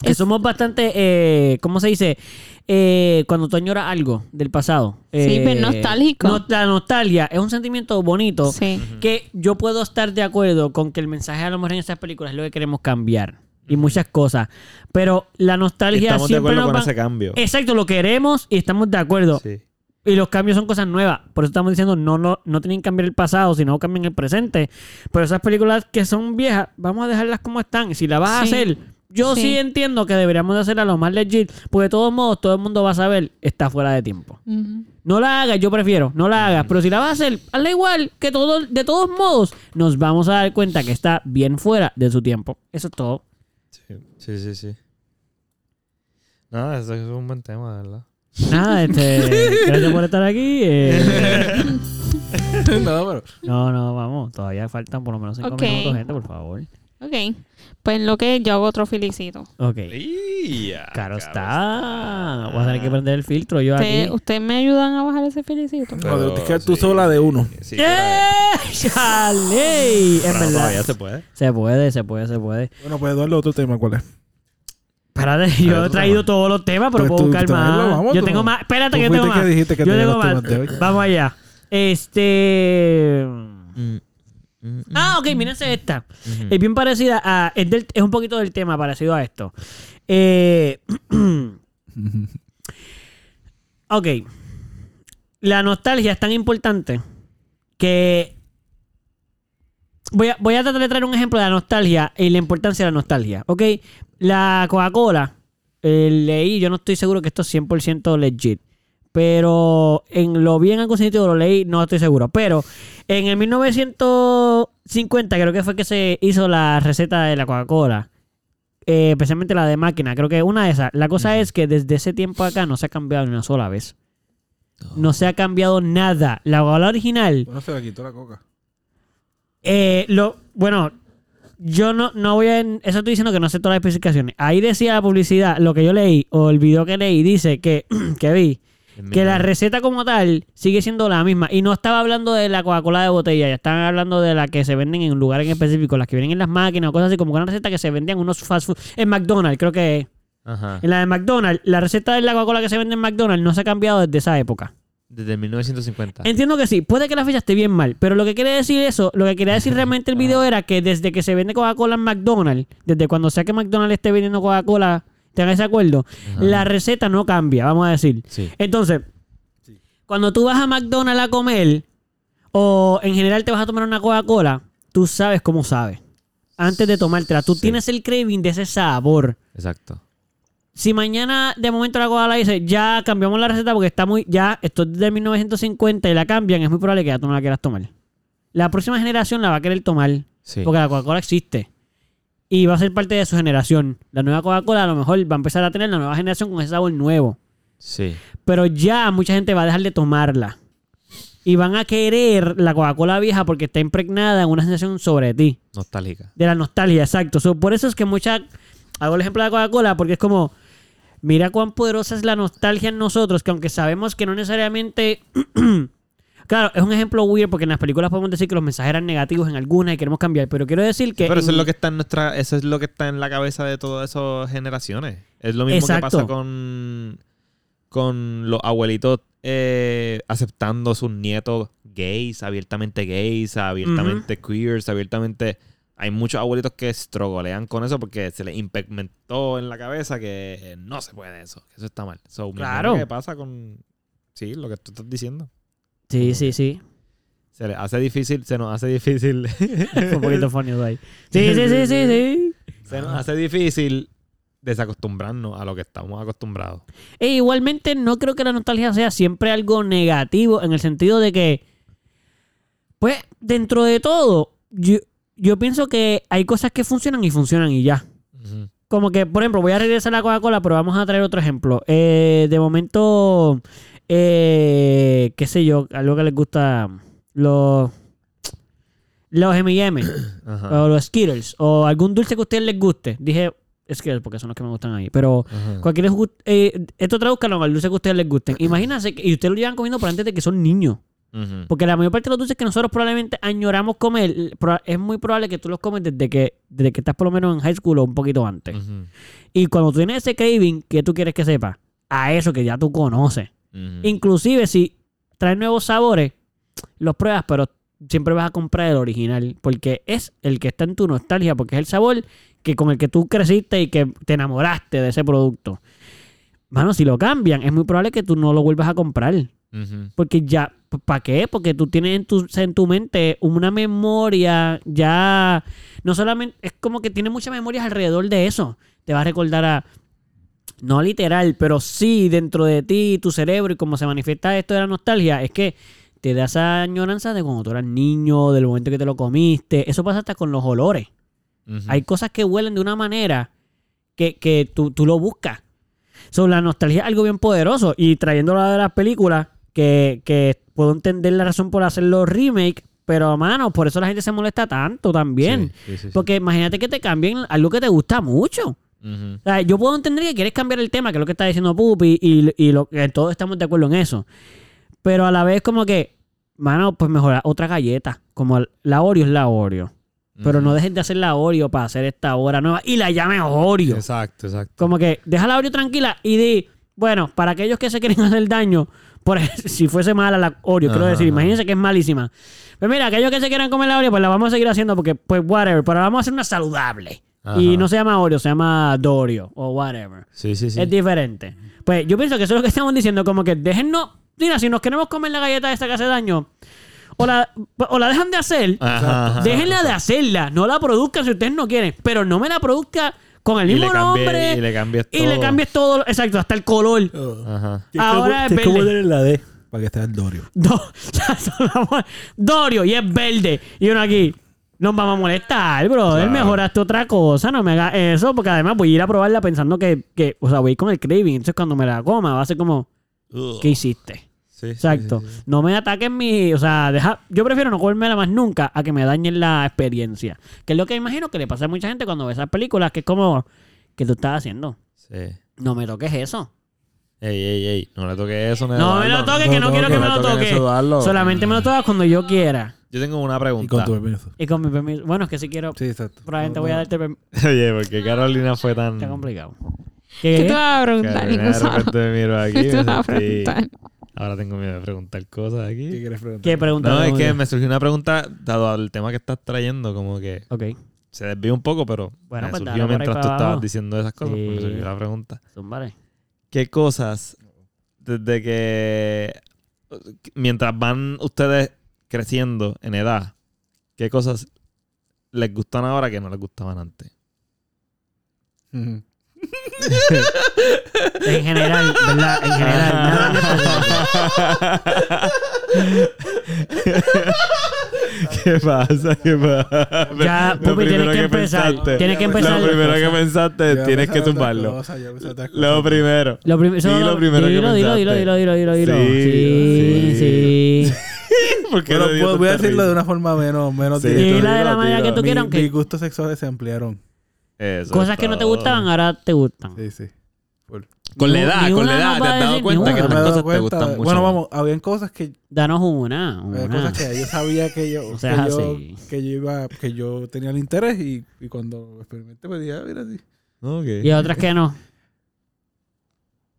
que somos bastante, eh, ¿cómo se dice? Eh, cuando tú añoras algo del pasado. Sí, eh, pero nostálgico. no- la nostalgia es un sentimiento bonito Sí. que yo puedo estar de acuerdo con que el mensaje a lo mejor en estas películas es lo que queremos cambiar y muchas cosas, pero la nostalgia Estamos de siempre nos acuerdo con va- Eh, ese cambio. Exacto, lo queremos y estamos de acuerdo. Sí. Y los cambios son cosas nuevas. Por eso estamos diciendo, no, no, no tienen que cambiar el pasado, sino cambien el presente. Pero esas películas que son viejas, vamos a dejarlas como están. Si la vas Sí. a hacer, Yo sí. Sí. entiendo que deberíamos de hacerla lo más legit, porque de todos modos todo el mundo va a saber, está fuera de tiempo. Ujú. No la hagas, yo prefiero, no la hagas, pero si la vas a hacer, hazla igual, que todo, de todos modos nos vamos a dar cuenta que está bien fuera de su tiempo. Eso es todo. Sí, sí, sí. sí. Nada, eso es un buen tema, de verdad. Nada, este, gracias por estar aquí. eh, no, pero. no, no, vamos, todavía faltan por lo menos cinco Ok. minutos, gente, por favor. Ok. Pues en lo que yo hago otro filicito. Ok. ¡Ya! Caro está. Voy a tener que prender el filtro yo aquí. ¿Ustedes usted me ayudan a bajar ese filicito? Pero es que tú sola de uno. Sí, claro. ¡Eh! ¡Chale! Es Pero no, todavía verdad. se puede. Se puede, se puede, se puede. Bueno, pues darle otro tema, ¿cuál es? Espérate, yo tú he traído trabajas. todos los temas, pero Pues puedo tú buscar más. tráelo, vamos, yo tú. tengo más. Espérate Tú que yo fuiste tengo que más. dijiste que yo tenías tengo los más. temas de hoy. Vamos allá. Este. Mm. Ah, ok, mírense esta. Es bien parecida a. Es, del- es un poquito del tema parecido a esto. Eh, ok. La nostalgia es tan importante que. Voy a, voy a tratar de traer un ejemplo de la nostalgia y la importancia de la nostalgia. Ok. La Coca-Cola. eh, leí, yo no estoy seguro que esto es 100% legit. Pero en lo bien en algún sitio lo leí, no estoy seguro. Pero en el 1950 creo que fue que se hizo la receta de la Coca-Cola. Eh, especialmente la de máquina, creo que una de esas. La cosa es que desde ese tiempo acá no se ha cambiado ni una sola vez. No se ha cambiado nada. La Coca-Cola original, Uno se la quitó la coca. eh, lo, bueno, yo no, no voy a... Eso estoy diciendo que no sé todas las especificaciones. Ahí decía la publicidad, lo que yo leí, o el video que leí, dice que, que vi, que la receta como tal sigue siendo la misma. Y no estaba hablando de la Coca-Cola de botella, ya estaban hablando de la que se venden en un lugar en específico, las que vienen en las máquinas o cosas así, como que una receta que se vendían unos fast food. En McDonald's, creo que es. Ajá. En la de McDonald's, la receta de la Coca-Cola que se vende en McDonald's no se ha cambiado desde esa época. Desde 1950. Entiendo que sí, puede que la fecha esté bien mal, pero lo que quiere decir eso, lo que quería decir realmente el video era que desde que se vende Coca-Cola en McDonald's, desde cuando sea que McDonald's esté vendiendo Coca-Cola, tengan ese acuerdo, Ajá. la receta no cambia, vamos a decir. Sí. Entonces, cuando tú vas a McDonald's a comer, o en general te vas a tomar una Coca-Cola, tú sabes cómo sabe. Antes de tomártela, tú Sí. tienes el craving de ese sabor. Exacto. Si mañana de momento la Coca-Cola dice, ya cambiamos la receta porque está muy, ya, esto es de 1950 y la cambian, es muy probable que ya tú no la quieras tomar. La próxima generación la va a querer tomar Sí. porque la Coca-Cola existe y va a ser parte de su generación. La nueva Coca-Cola a lo mejor va a empezar a tener la nueva generación con ese sabor nuevo. Sí. Pero ya mucha gente va a dejar de tomarla. Y van a querer la Coca-Cola vieja porque está impregnada en una sensación sobre ti. Nostálgica. De la nostalgia, exacto. So, por eso es que mucha... Hago el ejemplo de la Coca-Cola porque es como... Mira cuán poderosa es la nostalgia en nosotros, que aunque sabemos que no necesariamente... claro, es un ejemplo weird porque en las películas podemos decir que los mensajes eran negativos en algunas y queremos cambiar, pero quiero decir que... Pero eso en- es lo que está en nuestra, eso es lo que está en la cabeza de todas esas generaciones. Es lo mismo que Exacto. pasa con, con los abuelitos eh, aceptando a sus nietos gays, abiertamente gays, abiertamente queers, abiertamente. Hay muchos abuelitos que estrogolean con eso porque se les implementó en la cabeza que eh, no se puede eso, que eso está mal. So, me imagino Claro. que pasa con sí, lo que tú estás diciendo? Sí, sí, sí. Se les hace difícil, se nos hace difícil Fue un poquito funny ahí. Sí, sí, sí, sí, sí. Se nos hace difícil desacostumbrarnos a lo que estamos acostumbrados. E igualmente no creo que la nostalgia sea siempre algo negativo en el sentido de que, pues, dentro de todo, yo, yo pienso que hay cosas que funcionan y funcionan y ya. Como que, por ejemplo, voy a regresar a la Coca-Cola, pero vamos a traer otro ejemplo. Eh, de momento, eh, qué sé yo, algo que les gusta los... Los M&M Ajá. o los Skittles o algún dulce que a ustedes les guste. Dije Skittles porque son los que me gustan ahí, pero... Ajá. Mm. Cualquier ju- eh, esto tradúzcanlo al dulce que a ustedes les gusten. Imagínense que y ustedes lo llevan comiendo por antes de que son niños. Ujú. Porque la mayor parte de los dulces que nosotros probablemente añoramos comer, l- proba- es muy probable que tú los comes desde que, desde que estás por lo menos en high school o un poquito antes. Ujú. Y cuando tú tienes ese craving, ¿qué tú quieres que sepa? A eso que ya tú conoces. Ujú. Inclusive si traes nuevos sabores, los pruebas, pero siempre vas a comprar el original. Porque es el que está en tu nostalgia, porque es el sabor que con el que tú creciste y que te enamoraste de ese producto. Mano, si lo cambian, es muy probable que tú no lo vuelvas a comprar. Ujú. Porque ya, ¿para qué? Porque tú tienes en tu, en tu mente una memoria ya, no solamente, es como que tiene muchas memorias alrededor de eso. Te vas a recordar a, no literal, pero sí dentro de ti, tu cerebro y cómo se manifiesta esto de la nostalgia, es que te da esa añoranza de cuando tú eras niño, del momento que te lo comiste. Eso pasa hasta con los olores. Ujú. Hay cosas que huelen de una manera que, que tú, tú lo buscas. So, la nostalgia es algo bien poderoso. Y trayéndolo a la de las películas, que, que puedo entender la razón por hacer los remakes, pero mano, por eso la gente se molesta tanto también. Sí, sí, sí, sí. Porque imagínate que te cambien algo que te gusta mucho. Ujú. O sea, yo puedo entender que quieres cambiar el tema, que es lo que está diciendo Pupi, y, y lo, que todos estamos de acuerdo en eso. Pero a la vez, como que, mano, pues mejorar otra galleta. Como el- la Oreo es la Oreo. Pero Ujú. no dejes de hacer la Oreo para hacer esta hora nueva y la llame Oreo. Exacto, exacto. Como que deja la Oreo tranquila y di, bueno, para aquellos que se quieren hacer daño, por ej- si fuese mala la Oreo, quiero Ajá, decir, ajá. imagínense que es malísima. Pues mira, aquellos que se quieran comer la Oreo, pues la vamos a seguir haciendo porque, pues, whatever, pero la vamos a hacer una saludable. Ajá. Y no se llama Oreo, se llama Dorio o whatever. Sí, sí, sí. Es diferente. Pues yo pienso que eso es lo que estamos diciendo, como que déjennos, mira, si nos queremos comer la galleta esta que hace daño, o la, o la dejan de hacer, Ajá, ajá. Déjenla de hacerla, no la produzcan si ustedes no quieren, pero no me la produzca con el Y mismo le cambié- nombre y le cambias y le todo. cambies todo, exacto, hasta el color. Ajá. Ahora es te como verde. en la D para que esté el Dorio. Do- Dorio, y es verde. Y uno aquí, nos vamos a molestar, bro. Él Claro. mejoraste otra cosa, no me hagas eso, porque además voy a ir a probarla pensando que, que, o sea, voy a ir con el craving. Entonces cuando me la coma, va a ser como, ¿qué hiciste? Sí, sí, Exacto. sí, sí. No me ataquen mi. O sea, deja, yo prefiero no comérmela más nunca a que me dañen la experiencia. Que es lo que imagino que le pasa a mucha gente cuando ve esas películas, que es como, ¿qué tú estás haciendo? Sí. No me toques eso. Ey, ey, ey. No le toque eso, No me lo toques, que no quiero que me lo toques. Solamente me lo tocas cuando Mm. yo quiera. Yo tengo una Y pregunta. con tu permiso. Y con mi permiso. Bueno, es que si quiero, Sí, exacto. probablemente No, voy a no. darte permiso. Oye, ¿por qué Carolina fue tan. Está complicado. ¿Qué ¿Qué? te vas a preguntar, Carolina, de Nicosa? repente me miro aquí. ¿Qué te me vas a sentí- preguntar? Ahora tengo miedo de preguntar cosas ¿Qué aquí. quieres preguntar? ¿Qué pregunta? No, es Vamos que ya. me surgió una pregunta dado al tema que estás trayendo, como que Ok, se desvió un poco, pero Bueno, me pues dale surgió por ahí mientras para tú estabas abajo. diciendo esas cosas, pues me Sí. surgió la pregunta. zumbale. ¿Qué cosas desde que mientras van ustedes creciendo en edad, qué cosas les gustan ahora que no les gustaban antes? Ujú. En general, ¿verdad? En general, nada en específico. ¿Qué pasa? ¿Qué pasa? Ya, Lo Pupi, tienes primero que empezar. pensaste- Tienes que Lo empezar. Lo primero Cosa. que pensaste, Yo tienes que pensaba otra tumbarlo. cosa, yo pensaba otra Lo cosa. primero. Lo prim- eso- Di lo primero que dilo, dilo, dilo, pensaste. dilo, dilo, dilo, dilo. Sí, Sí, sí. sí. ¿Por qué Bueno, te dio puedo- tanta voy a decirlo risa? de una forma menos, menos Sí, Dila directa. tú de la dilo, manera que dilo. tú quieras, Mi- aunque Mis gustos sexuales se ampliaron. Eso es cosas que no te todo. gustaban ahora te gustan. Sí, sí. Con la Ni- edad, ni con una la edad, nos te va a has dado decir cuenta ninguna. Yo que me he estas dado cosas te cuenta gustan de- mucho. Bueno, vamos, habían cosas que, Danos una. había una. Pues cosas que yo sabía que yo, No que, seas yo así. que yo iba, que yo tenía el interés y, y cuando experimenté me dije, ah, mira sí. Ok. Y otras que no.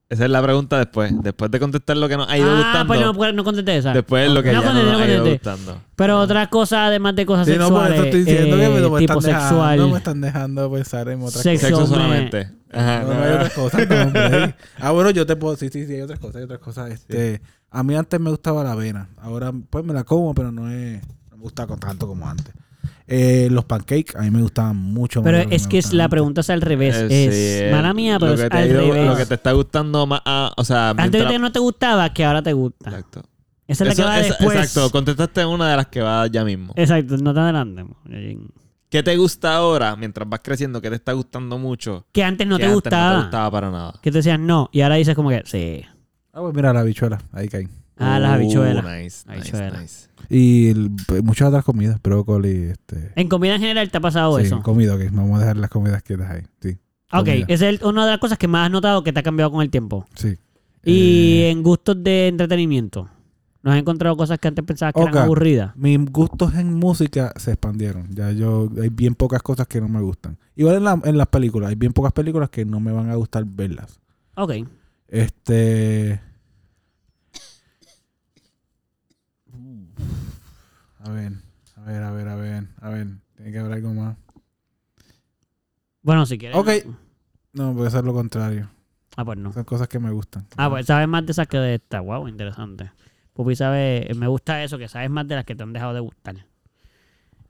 Esa es la pregunta después. Después de contestar lo que nos ha ido Ah, gustando. pues no, pues no contesté esa. Después lo que No ya contesté, nos no ha ido contesté. gustando. Pero otras cosas, además de cosas Sí, no, por sexuales. eso estoy diciendo que me, eh, me tipo están sexual. dejando, me están dejando pensar en otras Sexo. Sexo me- solamente. Ajá. cosas. No, no hay otras cosas. no, hombre. ah, bueno, yo te puedo, sí, sí, sí, hay otras cosas, hay otras cosas. Este, A mí antes me gustaba la avena. Ahora pues me la como, pero no, es, no me gusta con- tanto como antes. Eh, los pancakes a mí me gustaban mucho más Pero de lo es me que es- gustaban la antes. pregunta es al revés. Eh, es sí, mala el- mía, pero lo es que te ha al ido- revés. Lo que te está gustando más. ah, o sea, Antes mientras- que no te gustaba, que ahora te gusta. Exacto. Esa es la Eso- que va esa- después. Exacto, contestaste una de las que va ya mismo. Exacto, no te adelantes. ¿Qué te gusta ahora mientras vas creciendo? ¿Qué te está gustando mucho? Que antes no que te antes gustaba. No te gustaba para nada. Que te decían no. Y ahora dices como que sí. Ah, pues mira, la habichuela, ahí caen. Ah, las Uh, habichuelas. Nice, nice, Habichuelas. nice. Y el- pues, muchas otras comidas, brócoli, este... En comida en general te ha pasado sí, eso. comida, que vamos a dejar las comidas quietas ahí. Sí, Ok, comida. esa es el- una de las cosas que más has notado que te ha cambiado con el tiempo. sí. Y Eh, en gustos de entretenimiento. ¿Nos has encontrado cosas que antes pensabas que Ok. eran aburridas? mis gustos en música se expandieron. Ya yo, hay bien pocas cosas que no me gustan. Igual en, la- en las películas, hay bien pocas películas que no me van a gustar verlas. Ok. Este... A ver, a ver, a ver, a ver, a ver. Tiene que haber algo más. Bueno, si quieres. Ok. No, voy a hacer lo contrario. Ah, pues no. Son cosas que me gustan. Ah, pues sabes más de esas que de esta. Wow, interesante. Pupi sabe, me gusta eso, que sabes más de las que te han dejado de gustar.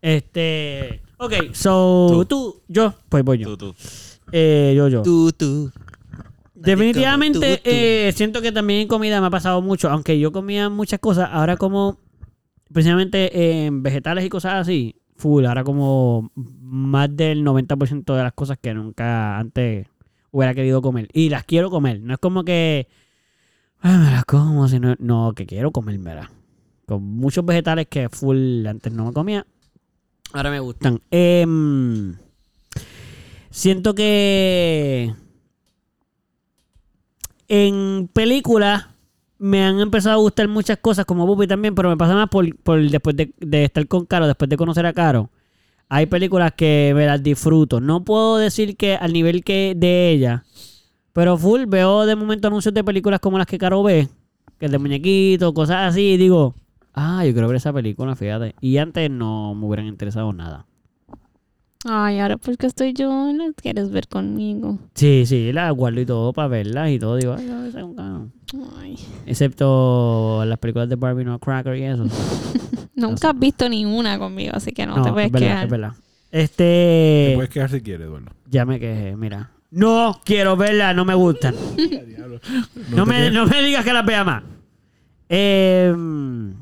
Este, ok, so tú, Tú. yo, pues voy yo. Tú, tú. Eh, yo, yo. Tú, tú. Definitivamente Tú, tú. eh, siento que también en comida me ha pasado mucho, aunque yo comía muchas cosas, ahora como precisamente en vegetales y cosas así, full, ahora como más del 90% de las cosas que nunca antes hubiera querido comer y las quiero comer, no es como que "Ah, me las como, sino no, que quiero comérmelas. Con muchos vegetales que full antes no me comía, ahora me gustan. Em, siento que en películas me han empezado a gustar muchas cosas, como Bubi también, pero me pasa más por, por después de, de estar con Caro, después de conocer a Caro. Hay películas que me las disfruto. No puedo decir que al nivel que de ella, pero full veo de momento anuncios de películas como las que Caro ve, que el de muñequito, cosas así, y digo, ah, yo quiero ver esa película, fíjate. Y antes no me hubieran interesado nada. Ay, ahora porque estoy yo, no quieres ver conmigo. Sí, sí, la guardo y todo para verlas y todo. Digo, ay, a veces un cabrón". Ay, Excepto las películas de Barbie, no Cracker y eso. nunca has visto ninguna conmigo, así que no, te puedes es verdad, quedar. es verdad. Este. Te puedes quedar si quieres, Eduardo. Ya me quejé, mira. No quiero verla, no me gustan. no, te me, quedes- no me digas que la vea más. Em,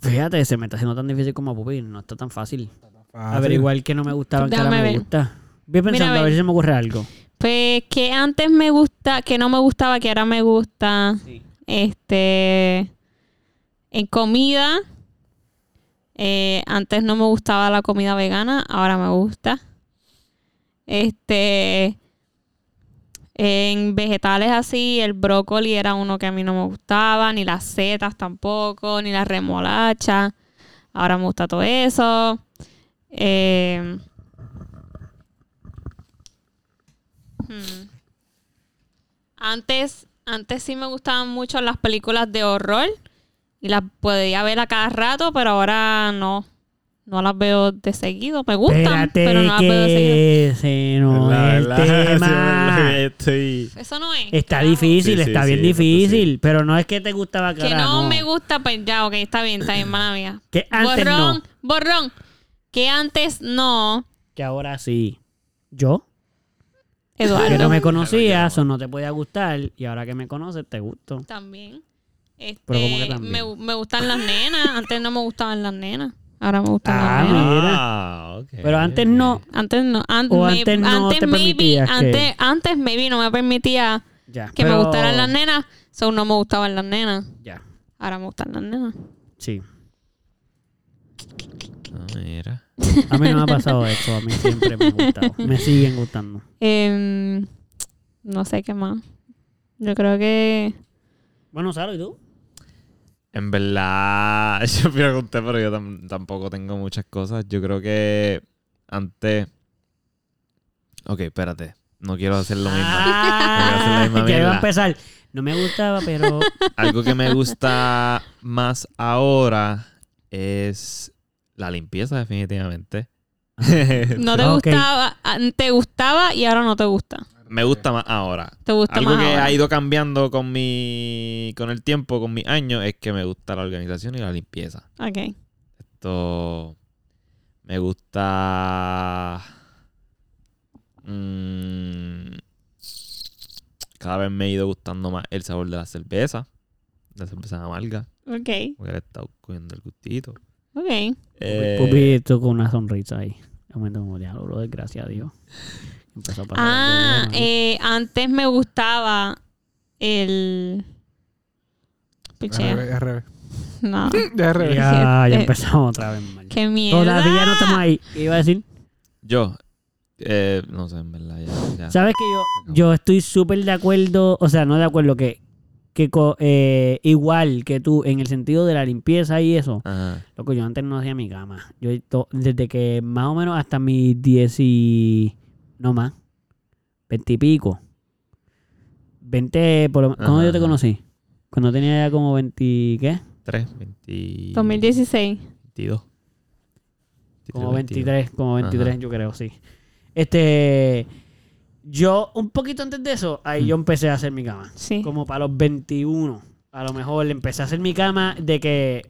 fíjate, se me está haciendo tan difícil como a Pupi. No está tan fácil. Ah, Averiguar que no me gustaban, que ahora Déjame me ver. gusta. Voy Mira, pensando a a ver ver. si se me ocurre algo. Pues que antes me gusta, que no me gustaba, que ahora me gusta. Este. En comida. eh, antes no me gustaba la comida vegana, ahora me gusta. Este. En vegetales así, el brócoli era uno que a mí no me gustaba, ni las setas tampoco, ni las remolachas. Ahora me gusta todo eso. Eh, hmm. Antes, antes sí me gustaban mucho las películas de horror y las podía ver a cada rato, pero ahora no. No las veo de seguido. Me gustan, Espérate, pero no las veo que de seguido. se nos La- va el la- tema. sí, estoy- Eso no es. Está carajo. difícil, Sí, sí, está bien sí, difícil. Pero no es que te gustaba que Que ahora no, no. me gusta, pues ya, ok, está bien, está bien, mala mía. Que antes borrón, no. borrón. Que antes no, Que ahora sí. Yo, que Eduardo. no me conocías o no te podía gustar. Y ahora que me conoces, te gusto. También. Este, Pero ¿cómo que también? Me, me gustan las nenas. Antes no me gustaban las nenas. Ahora me gustan Ah, las nenas. mira. Ah, ok. Pero antes no. Antes no, an- O me- antes no te maybe, permitías que- antes, antes maybe no me permitía Ya. que pero- me gustaran las nenas, so no me gustaban las nenas. Ya. Ahora me gustan las nenas. Sí. Ah, mira. A mí no me ha pasado eso. A mí siempre me ha gustado. Me siguen gustando. Em, no sé qué más. Yo creo que Bueno, Saro, ¿y tú? En verdad, yo pregunté, pero yo tam- tampoco tengo muchas cosas. Yo creo que antes. Ok, espérate. No quiero hacer lo mismo. voy a hacer la Ah, misma ya iba a mierda. empezar. No me gustaba, pero. Algo que me gusta más ahora es la limpieza, definitivamente. no te Ok. gustaba, ah, te gustaba y ahora no te gusta. me gusta más ahora. Te gusta Algo más que ahora. ha ido cambiando con mi con el tiempo, con mis años, es que me gusta la organización y la limpieza. Ok. Esto. Me gusta. mm, cada vez me ha ido gustando más el sabor de la cerveza. La cerveza amarga. Ok. Porque le he estado cogiendo el gustito. Ok. Eh, Pupi, tú con una sonrisa ahí. De momento, como diablo, bro, desgracia, Dios. Empezó a pasar. Ah, algo bueno ahí. eh, antes me gustaba el. Es Pichea. revés, es revés. No. Ya es revés. Ya, ya eh, empezamos otra vez mal. Qué mierda. Todavía no estamos ahí. ¿Qué iba a decir? Yo. eh, no sé, en verdad. Ya, ya. Sabes que yo, yo estoy súper de acuerdo, o sea, no de acuerdo que, que co- eh, igual que tú, en el sentido de la limpieza y eso. Ajá. Loco, yo antes no hacía mi cama. Yo to- desde que más o menos hasta mis 10 y... No más. 20 y pico. 20... Por lo, ¿Cuándo Ajá, yo te ajá. conocí? Cuando tenía ya como 20... y ¿Qué? 3, 20, 2016. 22. Como 23, 22. 23, como 23 Ajá. yo creo, sí. Este... Yo, un poquito antes de eso, ahí Mm. yo empecé a hacer mi cama. Sí. Como para los 21. A lo mejor empecé a hacer mi cama de que.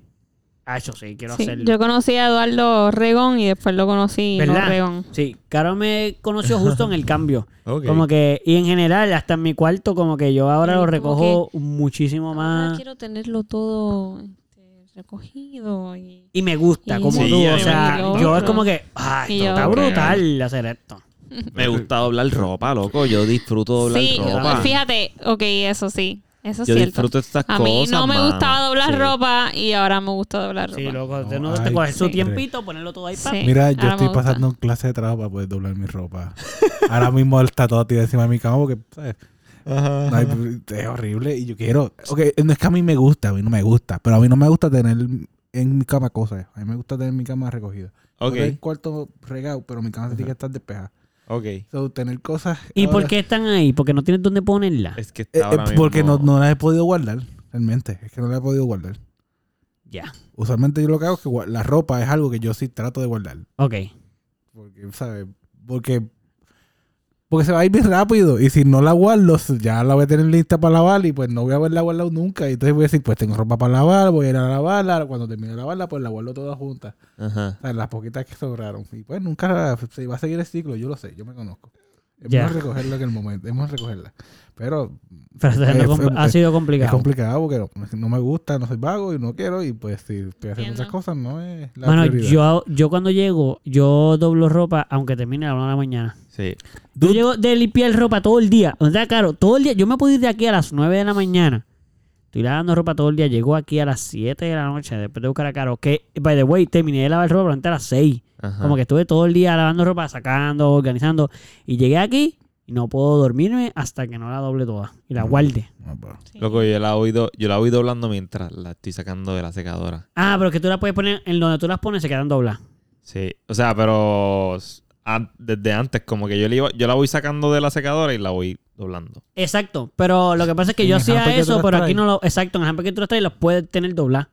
Ah, yo sí, quiero Sí, hacerlo. Yo conocí a Eduardo Regón y después lo conocí no ¿Verdad? Regón. Sí, Caro me conoció justo en el cambio. Ok. Como que, y en general, hasta en mi cuarto, como que yo ahora Sí, lo como recojo muchísimo más. Ah, quiero tenerlo todo este, recogido y... Y me gusta, Y- como Sí, tú. a O mí sea, me yo encanta. es como que, ay, Y esto yo- está Ok. brutal hacer esto. Me gusta doblar ropa, loco. Yo disfruto doblar Sí, ropa. fíjate, ok, eso sí, eso es Yo cierto. disfruto estas a cosas. mí no me mano. gustaba doblar Sí. ropa y ahora me gusta doblar ropa. Sí, loco, No, usted no ay, te coges su sí. tiempito, ponerlo todo ahí. pa. Sí, Mira, ahora yo me estoy gusta. pasando clase de trabajo para poder doblar mi ropa. Ahora mismo está todo tirado encima de mi cama porque, ¿sabes? No hay- es horrible y yo quiero. Ok, no es que a mí me gusta, a mí no me gusta, pero a mí no me gusta tener en mi cama cosas. A mí me gusta tener mi cama recogida. Ok, el cuarto regado, pero mi cama se tiene que estar despejada. ok. So, tener cosas. ¿Y por ahora- qué están ahí? Porque no tienes dónde ponerla. Es que Eh, está ahora eh, porque no, mismo- no las he podido guardar, realmente. Es que no las he podido guardar. Ya. Usualmente yo lo que hago es que gua- la ropa es algo que yo sí trato de guardar. Ok. Porque, ¿sabes? Porque, porque se va a ir bien rápido. Y si no la guardo, ya la voy a tener lista para lavar y pues no voy a haberla guardado nunca. Y entonces voy a decir, pues tengo ropa para lavar, voy a ir a lavarla. Cuando termine de lavarla, pues la guardo toda junta. Ajá. O sea, las poquitas que sobraron. Y pues nunca se va a seguir el ciclo, yo lo sé, yo me conozco. Es Ya. mejor recogerla que el momento, es mejor recogerla. Pero Pero Eh, es lo fue- compl- ha sido es complicado. complicado porque no, no me gusta, no soy vago y no quiero. Y pues si estoy haciendo Entiendo. otras cosas, no es la Mano, prioridad. yo, yo cuando llego, yo doblo ropa aunque termine a la una de la mañana. Sí. Yo llego de limpiar ropa todo el día. O sea, claro, todo el día. Yo me puedo ir de aquí a las 9 de la mañana. Estoy lavando ropa todo el día. Llego aquí a las 7 de la noche después de buscar a Caro. Que, by the way, terminé de lavar ropa durante las 6. Ajá. Como que estuve todo el día lavando ropa, sacando, organizando. Y llegué aquí y no puedo dormirme hasta que no la doble toda. Y la guarde. No, pa. Sí. Loco, yo la voy, do- yo la voy doblando mientras la estoy sacando de la secadora. Ah, pero es que tú la puedes poner en donde tú las pones, se quedan dobladas. Sí. O sea, pero s- an- desde antes, como que yo, le iba- yo la voy sacando de la secadora y la voy doblando. Exacto, pero lo que pasa es que yo En el hamper hacía que tú eso, las pero aquí traes. no lo. Exacto, en el hamper que tú las traes los puedes tener dobladas.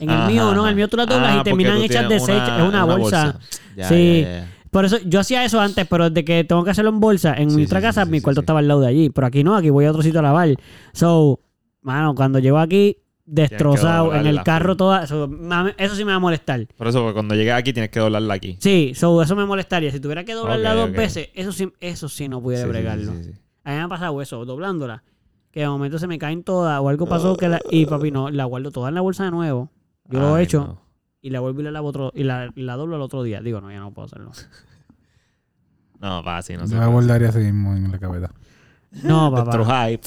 En el Ajá, mío no, en ajá. el mío tú las doblas Ah, y porque terminan tú hechas tienes desechas. Es una, bolsa. Ya, Sí. ya, ya, ya. Por eso yo hacía eso antes, pero de que tengo que hacerlo en bolsa, en Sí, mi sí, otra sí, casa, sí, mi sí, cuarto sí. estaba al lado de allí. Pero aquí no, aquí voy a otro sitio a lavar. So, mano, cuando llego aquí destrozado, en el doblarla, carro sí. toda. Eso, mame- eso sí me va a molestar. Por eso, porque cuando llegues aquí tienes que doblarla aquí. Sí, so, eso me molestaría. Si tuviera que doblarla Ok, dos ok. veces, eso sí, eso sí no Sí, pudiera sí, bregarlo. sí, sí, sí. A mí me ha pasado eso, doblándola. Que de momento se me caen todas o algo pasó que la... Y papi, no, la guardo toda en la bolsa de nuevo. Yo lo he Ay, hecho no. y la vuelvo y la lavo otro... Y la, la doblo al otro día. Digo, no, ya no puedo hacerlo. No, va así, no Yo sé. la guardaría así mismo en la cabeza. No, papá. Estruja y-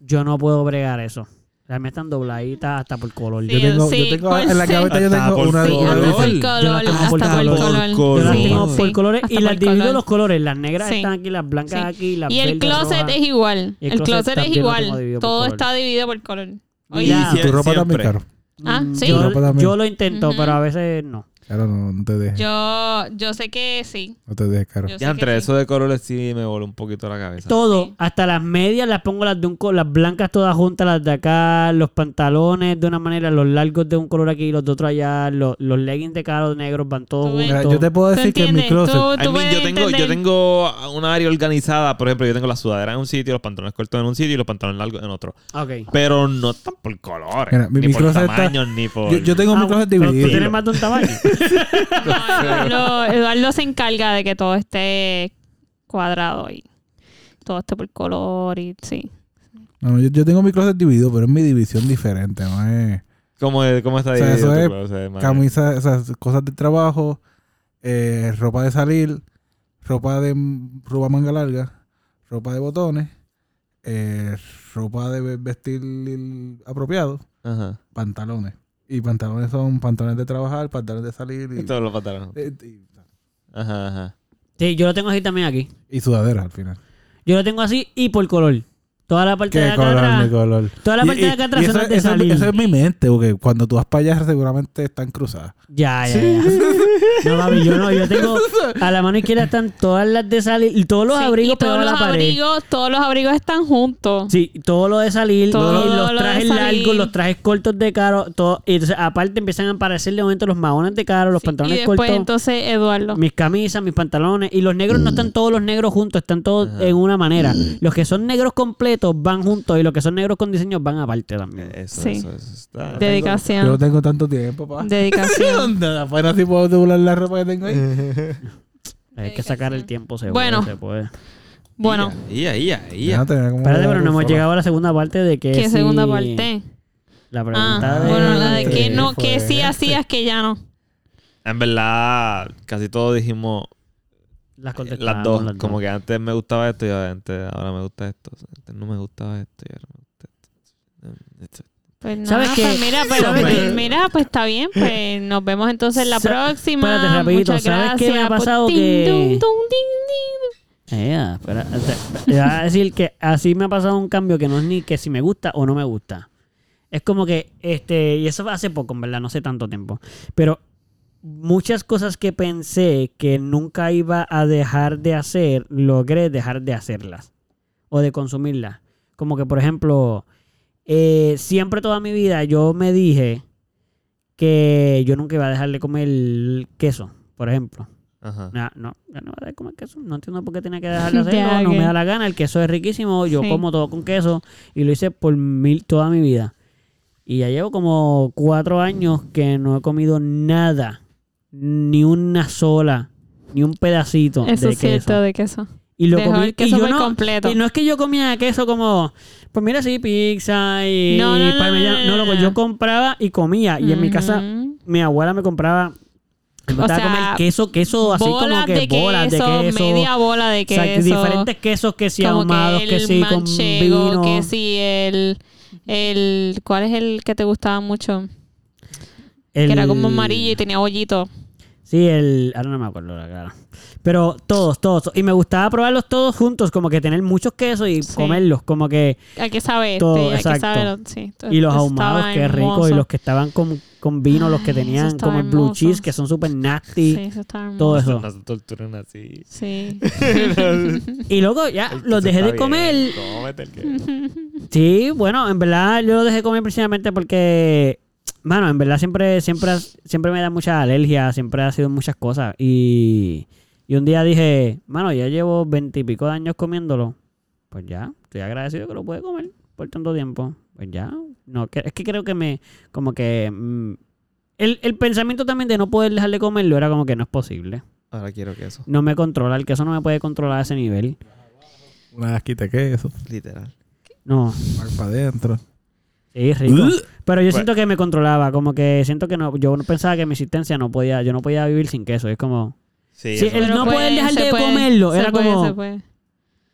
Yo no puedo bregar eso. Las mías están dobladitas hasta por color. Sí, Yo tengo, sí, yo tengo pues en la sí. cabeza yo Hasta tengo por una Sí, favor. una hasta de por esas. color, Yo las tengo por hasta por color. color. Por Yo las color. tengo Sí, por sí, colores hasta y por las divido color. los colores. Las negras Sí. están aquí, las blancas Sí. aquí, las Y el verdes, closet rojas. es igual. Y El, el closet closet, es también lo tengo igual. dividido por Todo color. está dividido por color. Oye, Ya. Y tu ropa también, Siempre. caro. Ah, Mm, ¿sí? Yo, Ropa también. yo lo intento, Ujú. pero a veces no. Claro, no, no te dejes. yo, yo sé que sí. No te dejes, caro. Yo sé Ya, entre que sí. eso de colores sí me voló un poquito la cabeza. Todo, Sí. hasta las medias las pongo las de un color, las blancas todas juntas, las de acá, los pantalones de una manera, los largos de un color aquí, los de otro allá, los, los leggings de cada negros van todos Tú ves. Mira, juntos. yo te puedo ¿Tú decir que en mi entiendes? closet. Tú- I mean, yo, tú puedes tengo, yo entender. tengo una área organizada. Por ejemplo, yo tengo la sudadera en un sitio, los pantalones cortos en un sitio y los pantalones largos en otro. Ok. Pero no están por colores. Mira, mi- ni mi por closet está- tamaños, ni por. Yo, yo tengo Ah, mi closet pero dividido. ¿Tú tienes más de un tamaño? No, Eduardo, Eduardo se encarga de que todo esté cuadrado y todo esté por color y sí. No, yo, yo tengo mi closet dividido, pero es mi división diferente, ¿no? es ¿Cómo, es- cómo está O sea, dividido eso tu es closet, madre? Camisas, esas cosas de trabajo, eh, ropa de salir, ropa de ropa manga larga, ropa de botones, eh, ropa de ve- vestir apropiado, Ajá. pantalones. Y pantalones son pantalones de trabajar, pantalones de salir Y y, todos los pantalones. eh, y- Ajá, ajá. sí, yo lo tengo así también aquí. y sudaderas al final. Yo lo tengo así y por color. Toda la parte de Qué acá color, atrás. mi color. Toda la Y- parte y- de acá atrás y son eso, las de eso- salir. eso es mi mente, porque cuando tú vas para allá seguramente están cruzadas. Ya, ya, ya. No, mami, yo no. Yo tengo... A la mano izquierda están todas las de salir. y Todos los Sí, abrigos y todos pegados a la los pared. abrigos, todos los abrigos están juntos. Sí, todo lo de salir, Todo y los lo de trajes salir. largos, los trajes cortos de caro, todo, y entonces aparte empiezan a aparecer de momento los maones de caro, los Sí, Y pantalones después cortos, entonces Eduardo. mis camisas, mis pantalones, y los negros no Mm. están todos los negros juntos, están todos en una manera. Los que son negros completos van juntos y los que son negros con diseños van aparte también. Eso, Sí. eso, eso está. Yo no Dedicación. tengo tanto tiempo, pa. Dedicación. Nada, afuera sí puedo doblar la ropa que tengo ahí. Hay que sacar el tiempo, se Bueno. puede, se puede. Eh, Bueno, Ya, ya, ya, Ya no ya. tenía como Espérate, pero doblar no hemos ropa. llegado a la segunda parte de que ¿qué si- segunda parte? La pregunta Ah, de... bueno, la de que Eh, no, fue que sí este. hacías, que ya no. En verdad, casi todos dijimos las, eh, contestamos, las dos. Como que antes me gustaba esto y antes, ahora me gusta esto. Antes no me gustaba esto y ahora me gusta esto. Esto. Pues nada, ¿Sabes qué? pues mira, pero ¿Sabes pues, qué? mira, pues está bien, pues nos vemos entonces la Sa- próxima. espérate, rapidito, Muchas ¿sabes qué me ha gracias. pasado Pues, que- ding, dung, dung, ding, Eh, espera, te- te iba a decir que así me ha pasado un cambio que no es ni que si me gusta o no me gusta. Es como que, este, y eso fue hace poco, en verdad, no sé tanto tiempo. Pero muchas cosas que pensé que nunca iba a dejar de hacer, logré dejar de hacerlas o de consumirlas. Como que, por ejemplo, eh, siempre toda mi vida yo me dije que yo nunca iba a dejar de comer queso, por ejemplo. Ajá. No, no, ya no voy a dejar de comer queso. No entiendo por qué tenía que dejar de hacerlo. Ya, no que- me da la gana. El queso es riquísimo. Yo Sí. como todo con queso. Y lo hice por mil toda mi vida. Y ya llevo como cuatro años que no he comido nada. Ni una sola. Ni un pedacito ding. Eso de es cierto, queso. de queso. Y lo Dejó comí. el queso y yo por no, completo. Y no es que yo comía queso como. Pues mira, sí, pizza y No, no, no, parmesano. no, no, loco, no. yo compraba y comía. Ah, Y en mi casa Ujú. mi abuela me compraba me O gustaba sea, comer queso, queso así como bolas que de bolas de queso. media bola de o sea, queso. diferentes quesos que si como ahumados, que, el si manchego, con vino. que si el, el... ¿Cuál es el que te gustaba mucho? el- Que era como amarillo y tenía hoyito. Sí, el. Ahora no me acuerdo la cara. Pero todos, todos. Y me gustaba probarlos todos juntos, como que tener muchos quesos y Sí. comerlos, como que. Al que sabe Todo, este, al que exacto. sabe lo- sí, todo- Y los eso ahumados, estaba qué rico. Y hermoso. los que estaban con, con vino, los que Ay, eso tenían estaba como el blue hermoso. cheese, que son súper nasty. Sí, eso estaba hermoso. Todo eso. No se torturen así. Sí. Y luego ya los dejé de comer. Cómete el queso. Sí, bueno, en verdad yo lo dejé comer precisamente porque, mano, en verdad siempre, siempre, siempre me da mucha alergia, siempre ha sido muchas cosas. Y, y un día dije, mano, ya llevo veintipico de años comiéndolo. Pues ya, estoy agradecido que lo pude comer por tanto tiempo. Pues ya, no, que- es que creo que me, como que... mm, el, el pensamiento también de no poder dejar de comerlo era como que no es posible. Ahora quiero queso. No me controla, el queso no me puede controlar a ese nivel. Una quita queso, Literal. No, para adentro. Sí, rico. Uh. Pero yo siento que me controlaba, como que siento que no, yo no pensaba que mi existencia no podía, yo no podía vivir sin queso. Es como, Sí, Sí, eso el es- no Pero poder dejar se de puede, comerlo, se era puede, como- Se puede,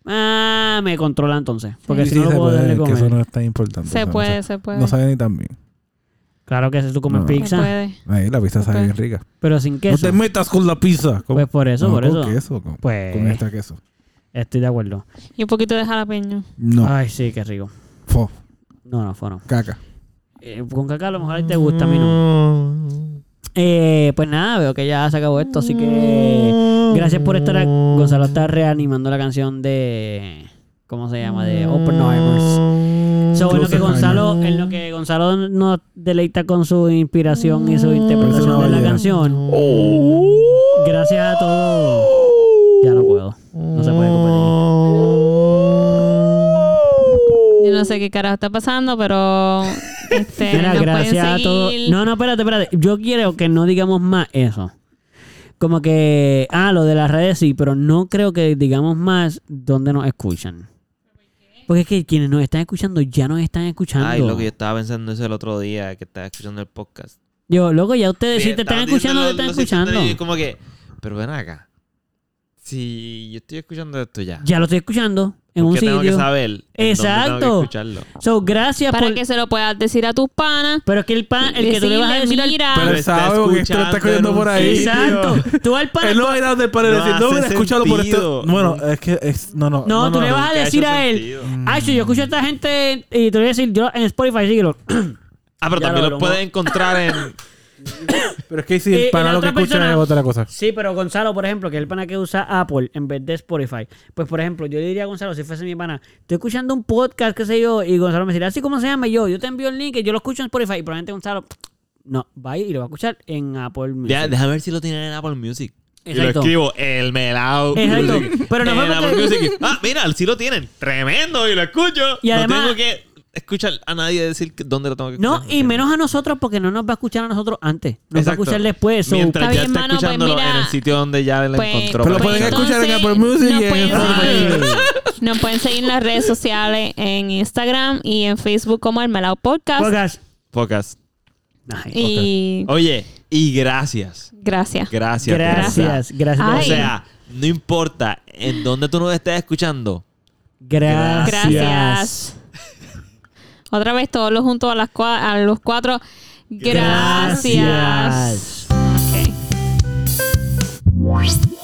ah, me controla entonces, porque Sí, si no se puedo puede, darle que comer. Eso no es tan importante. se eso no puede, sabe- se puede. No sabe ni tan bien. Claro que si tú comes No. Se pizza, puede. Ahí la pizza sabe Ok. bien rica. pero sin queso. No te metas con la pizza. Con- Pues por eso, no, por con eso. queso, con, Pues- con extra queso. Estoy de acuerdo. Y un poquito de jalapeño. No, Ay, sí, qué rico. fo, No, no, fue no. caca. Eh, con caca a lo mejor a ti te gusta, a mí Mm. no. Eh, pues nada, veo que ya se acabó esto, así que gracias por estar. a- Gonzalo está reanimando la canción de. ¿Cómo se llama? De Oppenheimer. So, en lo que Closer Gonzalo, en lo que Gonzalo nos deleita con su inspiración y su Parece interpretación una de la ballena. canción. Oh. Gracias a todos. Ya no puedo. No se puede competir. Yo no sé qué carajo está pasando, pero. Este, Mira, nos gracias pueden a todos. seguir. No, no, espérate, espérate. Yo quiero que no digamos más eso. Como que, ah, lo de las redes sí, pero no creo que digamos más dónde nos escuchan. Porque es que quienes nos están escuchando ya nos están escuchando. Ay, lo que yo estaba pensando eso el otro día, que estaba escuchando el podcast. Yo, loco, ya ustedes si Eh, te Estaban están escuchando, diciendo te los- están los escuchando. instantes Y como que, pero ven acá. Si yo estoy escuchando esto ya. Ya lo estoy escuchando. en un Porque tengo que sitio. saber. en dónde Exacto. Tengo que escucharlo. So, gracias Para por- que se lo puedas decir a tus panas. Pero es que el pan, pues Ah, el que tú le vas a decirle, decir al- mira, Pero está sabe porque esto lo está escuchando cogiendo en por un ahí. sitio. Ah, Exacto. Tú al pan. Él no va a ir a donde para No decir, no, hace mira, escúchalo por esto. sentido. Bueno, es que es, no, no. No, tú le vas a Nunca ha decir hecho a él. sentido. Ay, si yo escucho a esta gente y tú le vas a decir, yo en Spotify síguelo. Ah, pero Ya también lo lo, logró. puedes encontrar en. Pero es que si Eh, el y la pana lo que otra escucha persona- es otra cosa. Sí, pero Gonzalo, por ejemplo, que es el pana que usa Apple en vez de Spotify. Pues, por ejemplo, yo le diría a Gonzalo, si fuese mi pana, estoy escuchando un podcast, qué sé yo, y Gonzalo me diría, así como se llama y yo, yo te envío el link y yo lo escucho en Spotify. Y probablemente Gonzalo, no, va a ir y lo va a escuchar en Apple Music. Ya, déjame ver si lo tienen en Apple Music. Y Exacto. lo escribo, el melao. Exacto. Music. Pero no fue en porque- Apple Music. Ah, mira, sí lo tienen. Tremendo. Y lo escucho. Y además- No tengo que escuchar a nadie decir que- dónde lo tengo que No, escuchar. y menos a nosotros porque no nos va a escuchar a nosotros antes. Nos Exacto. va a escuchar después. so- Mientras Está ya bien, está mano, pues escuchándolo mira, en el sitio donde ya lo Pues- encontró. Pero perfecto. lo pueden escuchar en entonces, Apple Music nos y en pueden Spotify. seguir. Nos pueden seguir en las redes sociales, en Instagram y en Facebook como El Melao Podcast. Podcast. Pocas. Ay, Y Oye, y gracias. gracias. Gracias. de verdad. Gracias, gracias. Ay. O sea, no importa en dónde tú nos estés escuchando. gracias. Gracias. Otra vez todos los juntos a, las cua- a los cuatro. Gracias. Gracias. Ok.